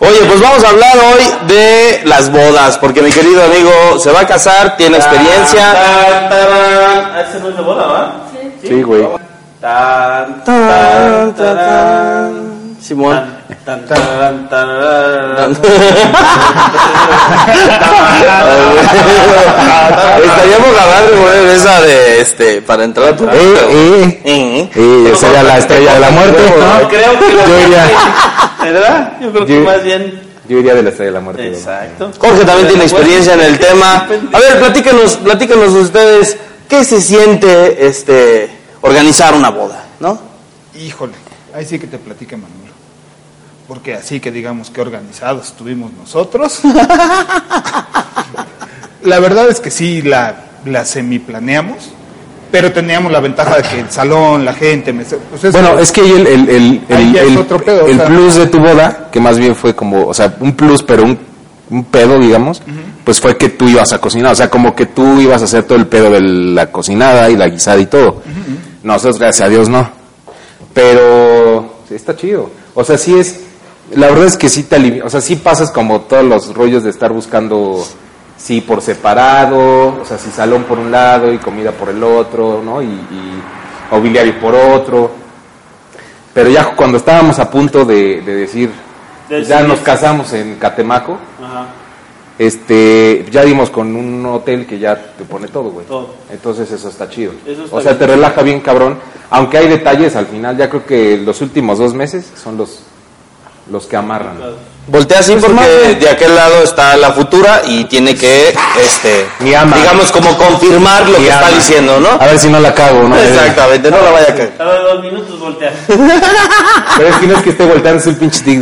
Oye, pues vamos a hablar hoy de las bodas, porque mi querido amigo se va a casar, tiene
Ah,
experiencia.
Tan, tarán. Ah, ese no es de boda, ¿va?
Sí, güey.
Tan,
Tan, tan, tarán.
ah.
Simón.
Tan, tan, tarán.
Estaríamos grabando güey, esa de este para entrar a tu
Eh, eh,
Eh, eh.
eh, esa ya la estrella de la muerte, ¿no?
Creo que
Yo iría,
¿Verdad? Yo creo que
Yo-
más bien.
Yo iría de la estrella de la muerte. güey.
Exacto.
Jorge también tiene experiencia en el tema. A ver, platíquenos, platíquenos ustedes qué se siente este organizar una boda, ¿no?
Híjole, ahí sí que te platique Manuel. Porque así que digamos que organizados estuvimos nosotros. la verdad es que sí, la, la semiplaneamos, pero teníamos la ventaja de que el salón, la gente... mese- pues eso-
Bueno, es que ahí el, el, el, el,
Ahí ya es
el-
otro pedo, o
el
sea.
plus de tu boda, que más bien fue como, o sea, un plus, pero un, un pedo, digamos, pues fue que tú ibas a cocinar, o sea, como que tú ibas a hacer todo el pedo de la cocinada y la guisada y todo. Nosotros, gracias a Dios, no. Pero sí, está chido. O sea, sí es, la verdad es que sí te alivia, o sea, sí pasas como todos los rollos de estar buscando, sí por separado, o sea, sí salón por un lado y comida por el otro, ¿no? Y, y mobiliario por otro. Pero ya cuando estábamos a punto de, de decir,
De
ya
decidir.
nos casamos en Catemaco,
Ajá.
este, ya dimos con un hotel que ya te pone todo, güey.
Todo.
Entonces eso está chido.
Eso está
o sea,
bien.
te relaja bien, cabrón. Aunque hay detalles al final, ya creo que los últimos dos meses son los, los que amarran.
Voltea
Pues
así porque de aquel lado está la futura y tiene que este
Mi ama.
digamos como confirmar lo
Mi
que está
ama.
diciendo, ¿no?
A ver si no la cago, ¿no?
Exactamente, no la vaya a caer.
Cada dos minutos voltea.
Pero es que no es que esté volteando, es el pinche tic.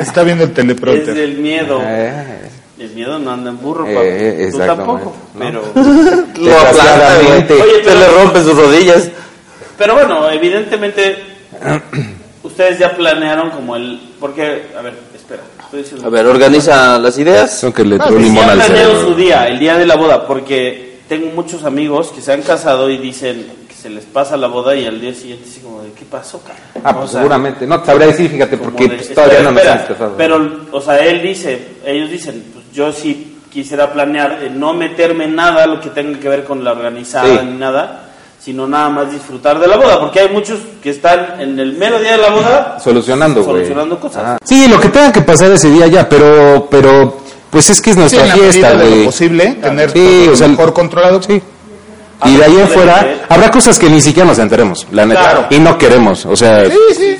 Está viendo el
Es
teleprompter.
del miedo.
Eh,
El miedo no anda en burro,
Eh,
papi.
eh,
Tú
exactamente,
tampoco.
¿no?
Pero,
Lo aplasta, güey.
Desgraciadamente.
Oye,
Se
pero-
le rompen sus rodillas.
pero bueno, evidentemente, ustedes ya planearon como el. Porque, a ver, espera. Estoy diciendo.
A ver, organiza las ideas.
Son que le tiró
Si
limón
ya
al
planearon su
cerebro.
día, el día de la boda, porque tengo muchos amigos que se han casado y dicen que se les pasa la boda y al día siguiente así como de qué pasó, cara?
Ah, pues
O sea,
seguramente. No, te sabría decir, fíjate,
como
porque
de- este
pues, todavía no
espera,
nos
espera,
hemos casado.
Pero, o sea, él dice, ellos dicen, pues yo sí quisiera planear eh, no meterme en nada lo que tenga que ver con la organizada
Sí.
ni nada, sino nada más disfrutar de la boda, porque hay muchos que están en el mero día de la boda
Solucionando, güey.
solucionando cosas.
Ah. Sí, lo que tenga que pasar ese día ya, pero, pero, pues es que es
Sí,
nuestra
en la
fiesta,
medida de
güey.
lo posible, tener
Sí,
todo
o sea,
mejor controlado. Sí.
Y de ahí en
Sí, sí.
fuera, habrá cosas que ni siquiera nos enteremos, la neta.
Claro.
Y no queremos, o sea,
Sí,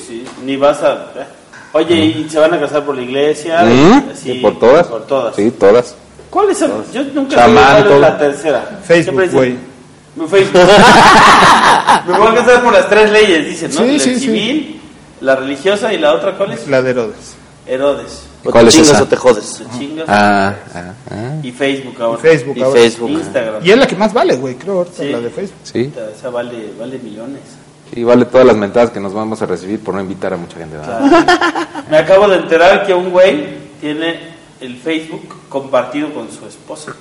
sí, ni vas a... eh. Oye, ¿y se van a casar por la iglesia?
¿Mm?
Así,
¿Y por todas.
Por todas.
Sí, todas.
¿Cuál es el...? Yo nunca
Chamán,
sé cuál
todo.
es la tercera.
Facebook,
Siempre dicen,
güey.
Mi Facebook. Me voy a casar por las tres leyes, dicen, ¿no?
Sí,
la
sí, sí.
civil, la religiosa y la otra, ¿cuál es?
La de Herodes.
Herodes.
O
¿Cuál
te
es
chingas
esa?
o te jodes.
Te chingas.
Ah, ah, ah,
Y Facebook ahora.
Facebook
Y
ahora.
Facebook.
Instagram.
Y es la que más vale, güey, creo, ahorita,
Sí.
la de Facebook.
sí.
O sea, vale, vale millones.
Y vale todas las mentadas que nos vamos a recibir por no invitar a mucha gente. ¿verdad?
Me acabo de enterar que un güey tiene el Facebook compartido con su esposa.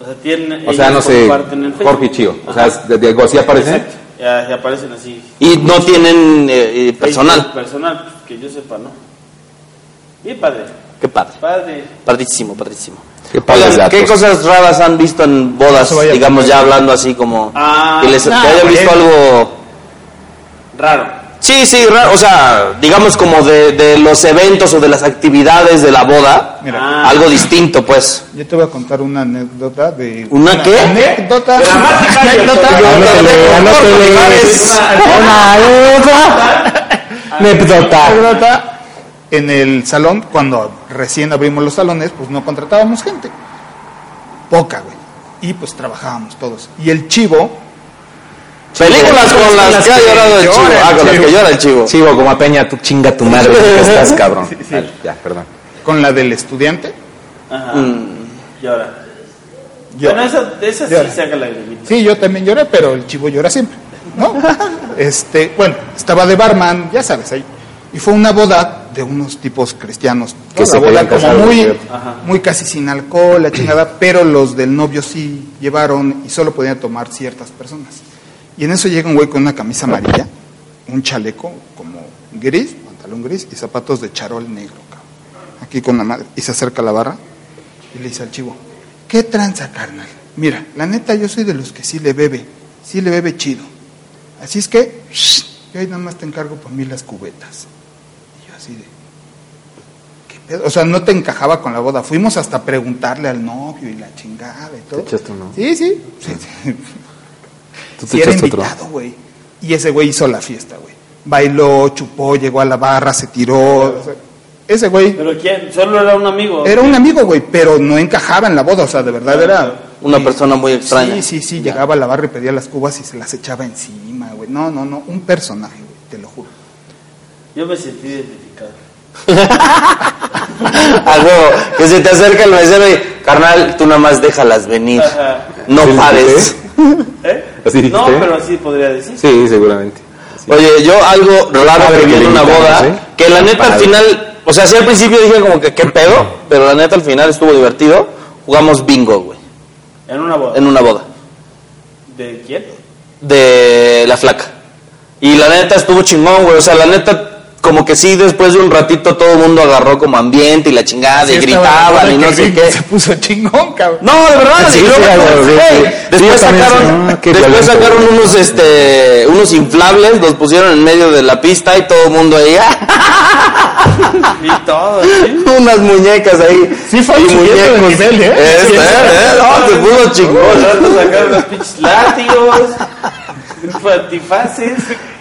O sea, tienen,
O sea,
ellos
no sé,
comparten el Facebook.
Jorge y Chío. O sea,
Ajá.
de- de- así aparecen.
Exacto. Ya, ya aparecen así.
Y no tienen eh, eh, personal.
Facebook Personal, pues, que yo sepa, ¿no? Bien padre,
Qué padre.
padre.
Padrísimo, padrísimo.
Qué padres
Oigan,
datos.
¿qué cosas raras han visto en bodas?
No se vaya a
digamos,
poner-
ya hablando así como...
Ah,
que les, que
nah,
hayan
hombre.
visto algo...
Raro.
Sí, sí, raro. O sea, digamos como de, de los eventos o de las actividades de la boda. Ah.
Mira.
Algo distinto, pues.
Yo te voy a contar una anécdota de...
¿Una qué?
Anécdota.
Dramática, yo
Anécdota.
Yo
Anótele,
te dejo
anótele.
corto, Mijares.
Una
anécdota en el salón, cuando recién abrimos los salones, pues no contratábamos gente. Poca, güey. Y pues trabajábamos todos. Y el chivo,
Películas con las que ha llorado el chivo. Ah, con las que llora el chivo.
Chivo, como a Peña, tú chinga tu madre, Ah, que estás cabrón. Dale, ya, perdón.
con la del estudiante,
Ajá.
Mm.
Y ahora.
yo.
Bueno, esa, esa sí
Llora.
saca la lagrimita.
Sí, yo también lloré, pero el chivo llora siempre, ¿no? Este, bueno, estaba de barman, ya sabes, ahí. Y fue una boda de unos tipos cristianos.
Que
Que
se
se boda
querían
como
casar,
muy,
¿cierto?
Ajá.
muy casi sin alcohol, la chingada, pero los del novio sí llevaron y solo podían tomar ciertas personas. Y en eso llega un güey con una camisa amarilla, un chaleco como gris, pantalón gris y zapatos de charol negro, cabrón. Aquí con la madre. Y se acerca a la barra y le dice al chivo, ¿qué tranza, carnal? Mira, la neta yo soy de los que sí le bebe, sí le bebe chido. Así es que, shh, yo ahí nada más te encargo por mí las cubetas. Y yo así de, ¿qué pedo? O sea, no te encajaba con la boda. Fuimos hasta preguntarle al novio y la chingada y todo.
¿Te echaste uno? Ah.
Sí, sí. sí, sí.
Tú te
Sí, era
echaste otro.
invitado, güey. Y ese güey hizo la fiesta, güey. Bailó, chupó, llegó a la barra, se tiró. o sea, ese güey
Pero quién? Solo era un amigo.
Eh.
era un amigo, güey, pero no encajaba en la boda. O sea, de verdad era...
Una
Sí.
persona muy extraña.
Sí, sí, sí, llegaba a la barra y pedía las cubas y se las echaba encima, güey. No, no, no, un personaje, güey, te lo juro.
Yo me sentí identificado.
A Ah, huevo, que se te acerca el mesero y, carnal, tú nada más déjalas venir.
Ajá.
No
Sí,
pares.
sí.
¿Eh?
¿Así
no,
dijiste?
pero así podría decir.
Sí, seguramente.
Oye, yo algo raro
Padre
que vi
que
en
le
una
invitamos,
boda,
¿eh?
que la neta al
Padre.
final, o sea, sí al principio dije como que qué pedo, pero la neta al final estuvo divertido. Jugamos bingo, güey,
En una boda.
en una boda
¿De quién?
de la flaca. Y la neta estuvo chingón, güey, o sea, la neta como que sí, después de un ratito todo el mundo agarró como ambiente y la chingada y
Sí, estaba la
gritaban
boda
y
que
no
el
sé
gringo
qué.
Se puso chingón, cabrón.
No, de verdad,
Ah, Sí,
y luego,
sí, algo, sí,
güey,
sí.
después
Sí, yo también
sacaron,
decía, ah, qué
después
violento.
sacaron unos este unos inflables, los pusieron en medio de la pista y todo el mundo ahí ¡ah!
Y todo, ¿sí?
unas muñecas ahí.
Sí fue
y
subiendo de nivel, ¿eh?
Este,
Sí.
eh, no, se puso
Al
chingón.
rato sacaron los pinches látigos, antifaces.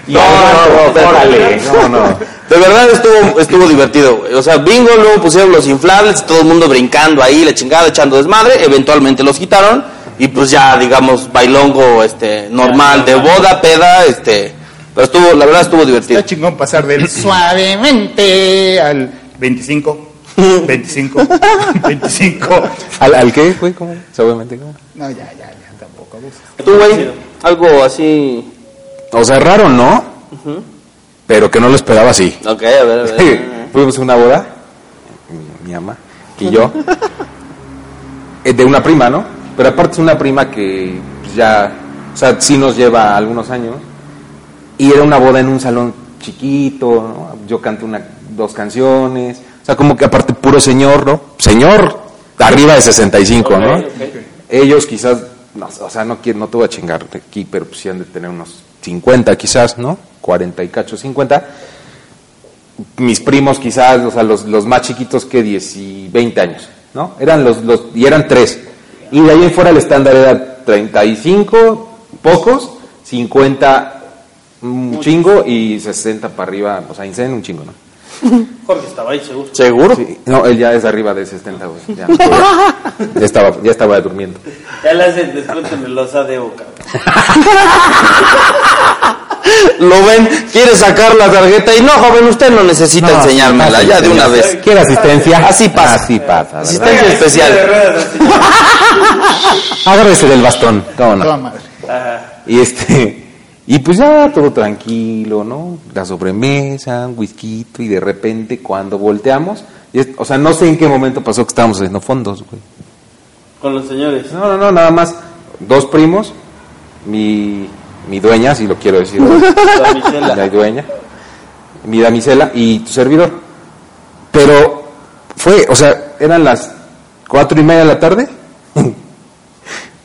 No, no, no, pero-
Órale, no, no.
De verdad estuvo estuvo divertido, güey. O sea, bingo, luego pusieron los inflables, todo el mundo brincando ahí, la chingada, echando desmadre, eventualmente los quitaron y pues ya, digamos, bailongo este normal de boda, peda, este, pero estuvo, la verdad estuvo divertido.
Está chingón pasar del suavemente al 25, 25, 25.
¿Al, al qué, güey? ¿Cómo? Seguramente, ¿cómo?
No, ya, ya, ya, tampoco abuses.
Tú, güey, algo así.
O sea, raro, ¿no? Pero que no lo esperaba así.
Ok, a ver, a
Sí,
ver.
Fuimos a una boda, mi, mi ama y yo, eh, de una prima, ¿no? Pero aparte es una prima que pues, ya, o sea, sí nos lleva algunos años, y era una boda en un salón chiquito, ¿no? Yo canto una, dos canciones, o sea, como que aparte puro señor, ¿no? Señor, arriba de 65, ¿no? Ellos quizás, no, o sea, no, quiero- no te voy a chingar aquí, pero pues sí han de tener unos 50 quizás, ¿no? 40 y cacho, 50 mis primos quizás, o sea, los, los más chiquitos que 10 y 20 años, ¿no? Eran los, los, y eran tres. Y de ahí en fuera el estándar era 35, pocos, 50, un chingo, y 60 para arriba, o sea, Insane un chingo, ¿no?
Jorge estaba ahí, seguro.
¿Seguro?
Sí, no, él ya es arriba de 60, güey. Ya, ya estaba, ya estaba durmiendo.
Ya le hacen descuento en el losa de boca.
Lo ven, quiere sacar la tarjeta y no, joven, usted no necesita enseñármela, ya de una vez.
¿Quiere asistencia?
Así pasa.
Así pasa, ¿verdad?
Asistencia especial.
Agárrese del bastón, ¿cómo no?
Toda madre.
Y este y pues ya todo tranquilo, ¿no? La sobremesa, un whisky y de repente cuando volteamos, y es- o sea, no sé en qué momento pasó que estábamos haciendo fondos, güey.
Con los señores.
No, no, no, nada más dos primos, mi, mi dueña, si lo quiero decir, mi
Damisela.
dueña, mi damisela y tu servidor. Pero fue, o sea, eran las cuatro y media de la tarde.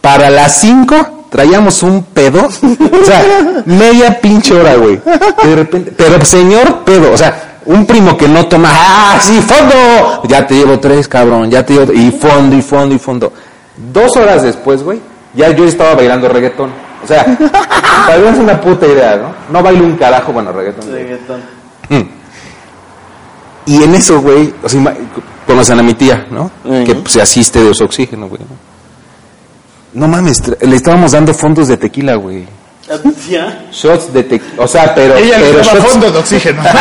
Para las cinco traíamos un pedo, o sea, media pinche hora, güey. De repente, pero señor pedo, o sea, un primo que no toma, ah, sí, fondo, ya te llevo tres, cabrón, ya te llevo, y fondo, y fondo, y fondo. Dos horas después, güey, ya yo estaba bailando reggaetón. O sea, para mí es una puta idea, ¿no? No bailo un carajo, bueno, reggaetón.
Reggaetón.
Mm. Y en eso, güey, o sea, ima- conocen a mi tía, ¿no?
Ujú.
Que pues, se asiste de su oxígeno, güey. No mames, tra- le estábamos dando fondos de tequila, güey.
¿Ya?
Shots de tequila, o sea, pero...
Ella le
pero
daba
shots-
fondo de oxígeno.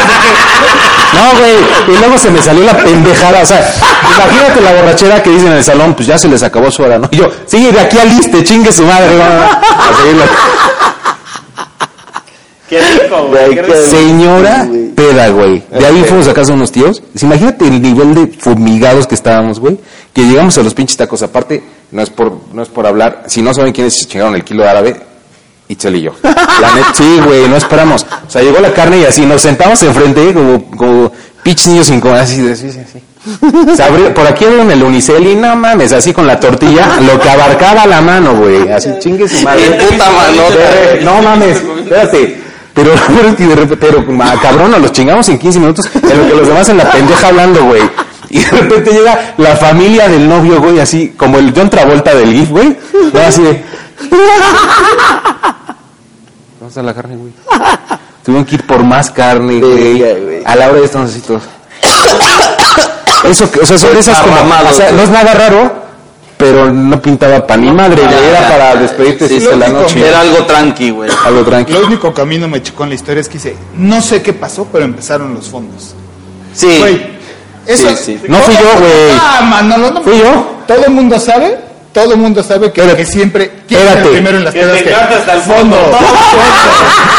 No, güey, y luego se me salió la pendejada, o sea, imagínate la borrachera que dicen en el salón, pues ya se les acabó su hora, ¿no? Y yo, sigue de aquí al liste, chingue su madre, no, no, no. A seguirla.
Qué rico, güey. qué rico.
Señora peda, güey. De ahí
Ok.
fuimos a casa de unos tíos. Pues Imagínate el nivel de fumigados que estábamos, güey. Que llegamos a los pinches tacos. Aparte, no es por, no es por hablar. Si no saben quiénes se chingaron el kilo de árabe, Itzel y yo. La neta, sí, güey, no esperamos. O sea, llegó la carne y así nos sentamos enfrente, como, como pinches niños sin comer, así, así, así. así. Se abrió- por aquí abrieron el unicel y no mames, así con la tortilla, lo que abarcaba la mano, güey. Así, chingue su madre.
Y puta mano.
De- No mames, espérate. Pero, y de repente, pero ma, cabrón, nos los chingamos en 15 minutos, en lo que los demás en la pendeja hablando, güey. Y de repente llega la familia del novio, güey, así, como el John Travolta del GIF, güey. ¿no? Así de... ¿Dónde está la carne, güey? Tuvieron que ir por más carne, güey. A la hora de estos así todos. Eso, que- o sea, son de esas como,
Arramados,
o sea,
güey.
no es nada raro, pero no pintaba pa' ni madre, güey, era para despedirte
Sí,
sí,
sí,
la
sí,
noche.
Era algo tranqui, güey.
A lo tranquilo.
Lo único que a mí no me chocó en la historia es que dice, no sé qué pasó, pero empezaron los fondos.
Sí.
Güey, eso
Sí, sí.
No fui yo, güey.
Ah, Manolo, no.
Fui yo.
Todo el mundo sabe, todo el mundo sabe que, que siempre quién era el
espérate.
primero en las
Que
pedas
te encanta hasta el
fondo.
fondo.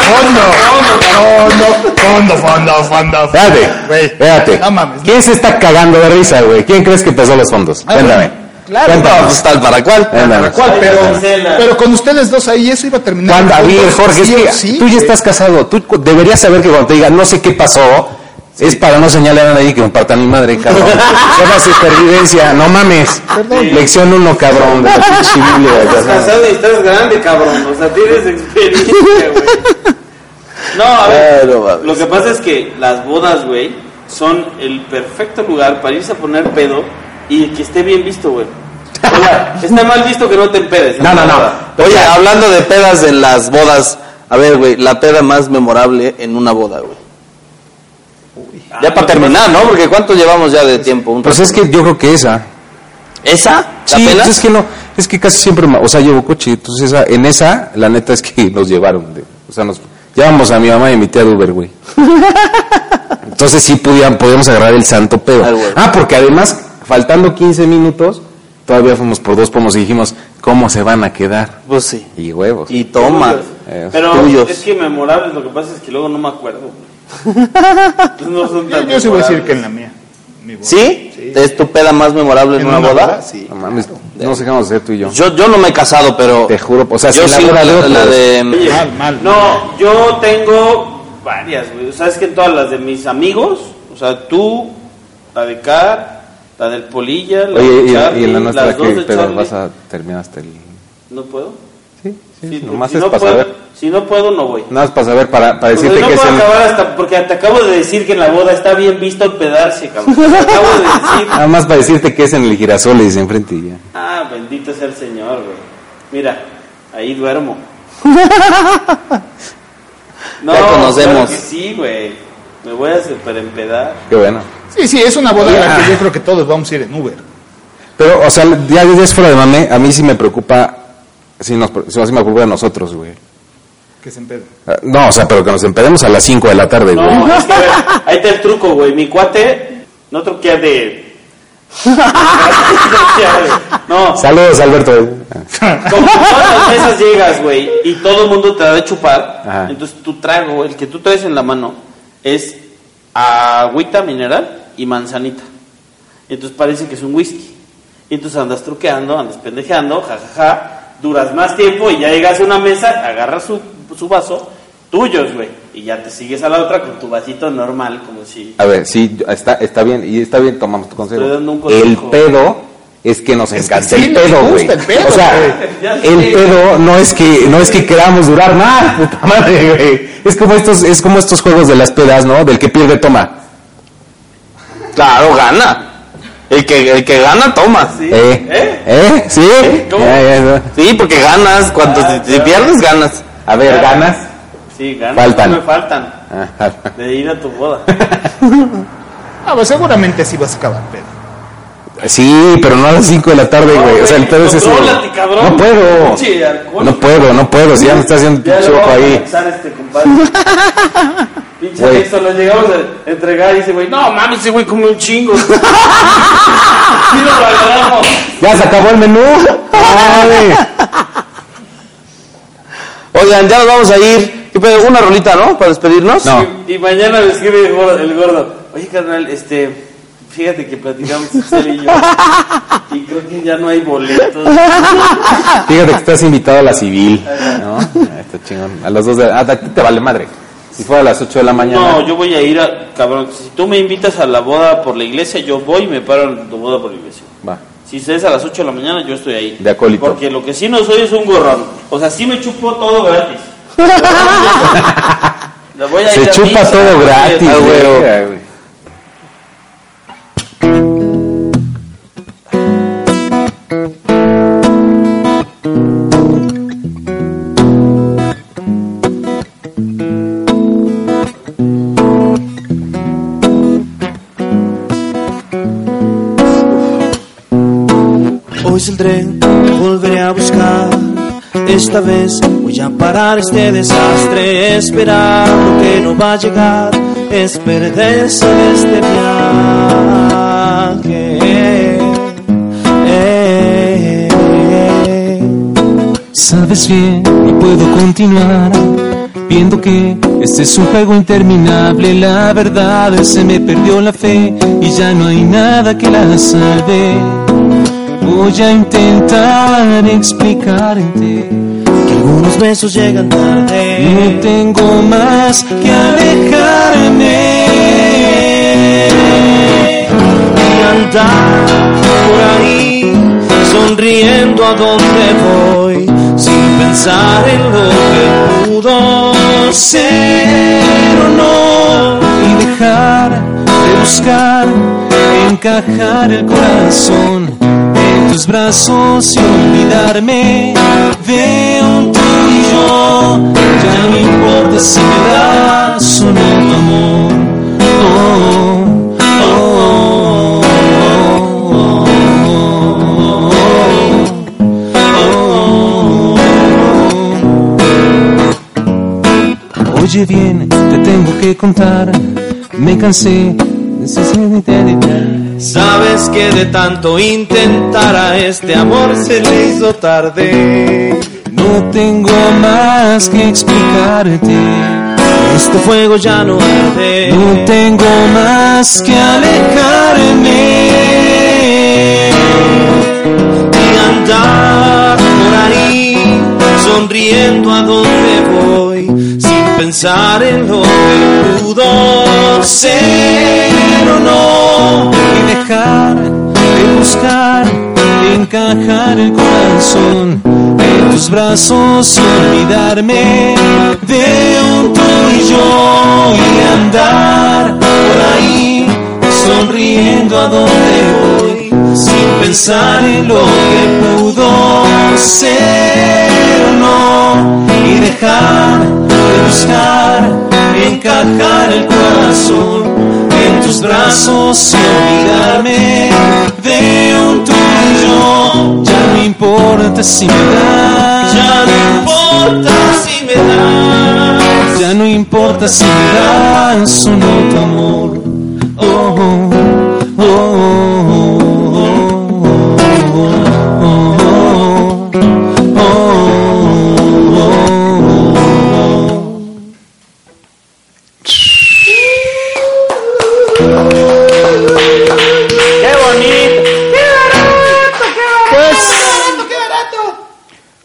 Fondo, fondo, fondo, fondo, fondo.
Espérate,
Güey,
espérate.
No mames.
¿Quién se está cagando de risa, güey? ¿Quién crees que empezó los fondos?
Ah,
Cuéntame.
Claro,
Cuéntame.
no,
Pues tal para cual.
Cuéntame.
¿Cuál? Pero,
Marcela.
pero con ustedes dos ahí eso iba a terminar.
Cuando, a ver, Jorge, es
Sí,
que
sí,
tú ya
güey.
estás casado. Tú cu- deberías saber que cuando te digan no sé qué pasó, es para no señalar a nadie que me parta mi madre, cabrón. Se llama supervivencia, no mames. Lección uno, cabrón, de la pinche Biblia, ya
Estás
sabes.
casado y estás grande, cabrón. O sea, tienes experiencia, güey. No, a ver.
Claro, mames.
Lo que pasa es que las bodas, güey, son el perfecto lugar para irse a poner pedo y que esté bien visto, güey. O sea, está mal visto que no Ah, te empedes.
No, no, no.
Oye, hablando de pedas en las bodas, a ver, güey, la peda más memorable en una boda, güey.
Ah,
Ya para terminar, ¿no? Porque ¿cuánto llevamos ya de tiempo? Un
Pues
rato.
es que yo creo que esa.
¿Esa? ¿La
Sí,
pela?
pues es que no, es que casi siempre, ma- o sea, llevo coche, entonces esa- en esa, la neta es que nos llevaron, de- o sea, nos llevamos a mi mamá y a mi tía de Uber, güey. Entonces sí podían, podíamos agarrar el santo pedo.
Ay, güey.
Ah, porque además, faltando 15 minutos, todavía fuimos por dos pomos y dijimos, ¿cómo se van a quedar?
Pues sí.
Y huevos.
Y toma.
Eh,
Pero
tuyos.
es que memorables, lo que pasa es que luego no me acuerdo. güey. no son
Yo,
tan
yo sí voy a decir
memorables.
que en la mía. Mi boda.
¿Sí? ¿Es tu peda más memorable en, una, boda?
Sí.
no mames, no sé qué vamos a hacer tú y yo.
Yo, yo no me he casado, pero...
Te juro, o sea,
yo
si la
sí, la,
boda de otros.
la de...
Oye,
Mal, mal.
No, yo tengo varias, güey. O sea, es que todas las de mis amigos, o sea, tú, la de Kat, la del Polilla, la
Oye,
de
y, y
Charlie,
en la nuestra
las dos
que,
de
pero
Charlie.
vas a terminar hasta el...
¿No puedo?
Sí, sí,
Sí,
nomás
si
es
no
para
puedo,
saber.
Si no puedo, no voy.
Nada más para saber, para, para
O sea,
decirte
Pues no
que es
puedo
el...
acabar hasta... Porque te acabo de decir que en la boda está bien visto pedarse, cabrón. Te acabo de decir...
Nada más para decirte que es en el girasoles enfrente y ya.
Ah, bendito sea el Señor, güey. Mira, ahí duermo. no,
Ya conocemos.
claro que sí, güey. Me voy a superempedar.
Qué bueno.
Sí, sí, es una boda en la
Ah.
que yo creo que todos vamos a ir en Uber.
Pero, o sea, ya desde fuera de mame, a mí sí me preocupa, sí, nos, pre- sí me preocupa a nosotros, güey.
Que se empeden.
Ah, No, o sea, pero que nos empedemos a las 5 de la tarde, güey.
No, es que a ver, ahí está el truco, güey. Mi cuate no truquea de. no,
Saludos, Alberto.
como cuántas mesas llegas, güey, y todo el mundo te da de chupar,
Ajá.
entonces tu trago, el que tú traes en la mano, es agüita mineral y manzanita. Entonces parece que es un whisky. Y entonces andas truqueando, andas pendejeando, jajaja, duras más tiempo y ya llegas a una mesa, agarras su, su vaso, tuyos, güey, y ya te sigues a la otra con tu vasito normal, como si...
A ver, sí, está, está bien, y está bien, tomamos tu consejo.
Estoy dando un
El
consejo.
pedo es que nos encanta
sí,
el
nos
pedo,
gusta
güey.
el pedo,
O sea,
Ya sé.
el pedo no es que no es que queramos durar más, puta madre, güey. Es como estos es como estos juegos de las pedas, ¿no? Del que pierde toma.
Claro, gana. El que, el que gana, toma.
¿Sí?
Eh,
¿Eh?
¿Eh? ¿Sí?
¿Cómo?
Ya, ya, ya.
Sí, porque ganas. Cuando
Ah,
te- te,
claro.
pierdes, ganas.
A ver, ganas.
Sí, ganas.
Faltan.
Me faltan
Ah,
de ir a tu boda.
Ah, pues seguramente así vas a acabar, pedo.
Sí, pero no a las 5 de la tarde,
No,
güey. O sea, el
güey,
pedo es ese.
contrólate, cabrón.
No puedo.
Pinche alcohol.
No puedo, no puedo. Si ya me está haciendo un
Ya
pinche
lo
ojo
vamos a
ahí.
anexar este compadre. Pinche
Güey.
Nexo, lo llegamos a entregar y dice, güey, no mames, ese güey come un chingo. sí lo valoramos.
Ya se acabó el menú. Ah, Vale.
Oigan, ya nos vamos a ir. ¿Qué pedo? Una rolita, ¿no? Para despedirnos.
No.
Y, y mañana me escribe el gordo, el gordo, Oye, carnal, este. Fíjate que platicamos usted y yo. Y creo que ya no hay boletos.
Fíjate que estás invitado a la civil. ¿No? Ah, Está chingón. A las 2 de la ah, a ti te vale madre. Si fuera a las 8 de la mañana.
No, yo voy a ir a. Cabrón, si tú me invitas a la boda por la iglesia, yo voy y me paro en tu boda por la iglesia.
Va.
Si es a las 8 de la mañana, yo estoy ahí.
De acólito.
Porque lo que sí no soy es un gorrón. O sea, sí me chupo todo gratis. La voy a
Se
ir a
chupa
misa,
todo
voy a-
gratis,
Ah,
güey.
güey.
Ah, güey.
Hoy es el tren que volveré a buscar. Esta vez voy a parar este desastre. Esperar lo que no va a llegar es perderse de este viaje. Sabes bien, no puedo continuar. Viendo que este es un juego interminable, la verdad se me perdió la fe y ya no hay nada que la salve. Voy a intentar explicarte que algunos besos llegan tarde. No tengo más que alejarme. Y andar por ahí sonriendo a donde voy sin pensar en lo que pudo ser o no y dejar de buscar encajar el corazón en tus brazos y olvidarme de un tú y yo ya no importa si me das o no tu amor Oh, oh, oh, oh, oh. Oye bien, te tengo que contar, me cansé. Sabes que de tanto intentar a este amor se le hizo tarde. No tengo más que explicarte. Este fuego ya no arde. No tengo más que alejarme y andar por ahí, sonriendo a donde voy, sin pensar en lo que pudo ser o no, y dejar de buscar encajar el corazón en tus brazos y olvidarme de un tú y yo y andar por ahí sonriendo a donde voy sin pensar en lo que pudo ser o no y dejar de buscar encajar el corazón en tus brazos y olvidarme de un tú y yo ya no importa si me das ya no importa si me das ya no importa si me das o no tu amor oh, oh, oh, oh, oh, oh, oh.
¡Qué bonito! ¡Qué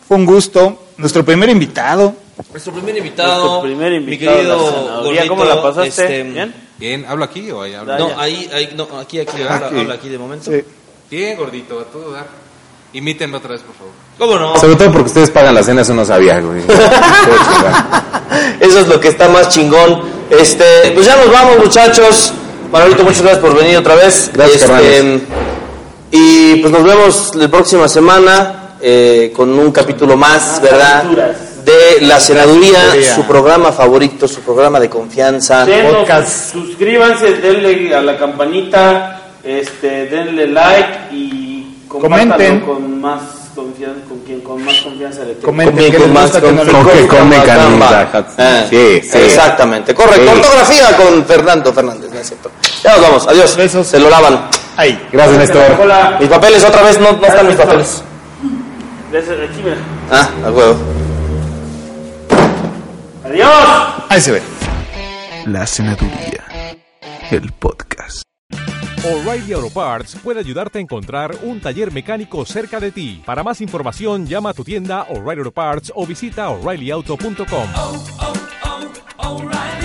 Fue un gusto. Nuestro primer invitado.
Nuestro primer invitado,
Nuestro primer invitado,
mi
la
querido
zanahoria.
gordito,
¿Cómo la pasaste?
este,
¿Bien?
Bien, ¿hablo aquí o ahí hablo?
Ah,
No,
ya.
ahí, ahí, no, aquí, aquí, habla, habla aquí de momento.
Sí.
Bien, gordito, a todo dar. Imítenme otra vez, por favor.
¿Cómo no?
Sobre todo porque ustedes pagan la cena, eso no sabía, güey.
Eso es lo que está más chingón. Este, pues ya nos vamos, muchachos. Manolito, muchas gracias por venir otra vez.
Gracias,
Este, y pues nos vemos la próxima semana eh, con un capítulo más, ¿verdad?
aventuras.
De La Senaduría, su programa favorito, su programa de confianza.
Denos-
Podcast.
Suscríbanse, denle a la campanita, este, denle like y compártanlo
Comenten.
con más confianza, con quien con más confianza le tenga.
Comenten
Con
qué
que
les
más-
gusta,
con-
qué no les
con
gusta.
que
come
coma
carnita.
gamba.
Sí, sí.
Ah, Exactamente, correcto.
Sí.
Ortografía con Fernando Fernández, no es cierto. Ya nos vamos, adiós.
Besos.
Se lo lavan.
Ahí.
Gracias, Néstor.
Hola.
Mis papeles, otra vez, no, no están mis papeles.
Besos, aquí, mira.
Ah, al huevo.
Adiós.
Ahí se ve.
La Senaduría, el podcast.
O'Reilly Auto Parts puede ayudarte a encontrar un taller mecánico cerca de ti. Para más información, llama a tu tienda O'Reilly Auto Parts o visita oreillyauto.com.
O'Reilly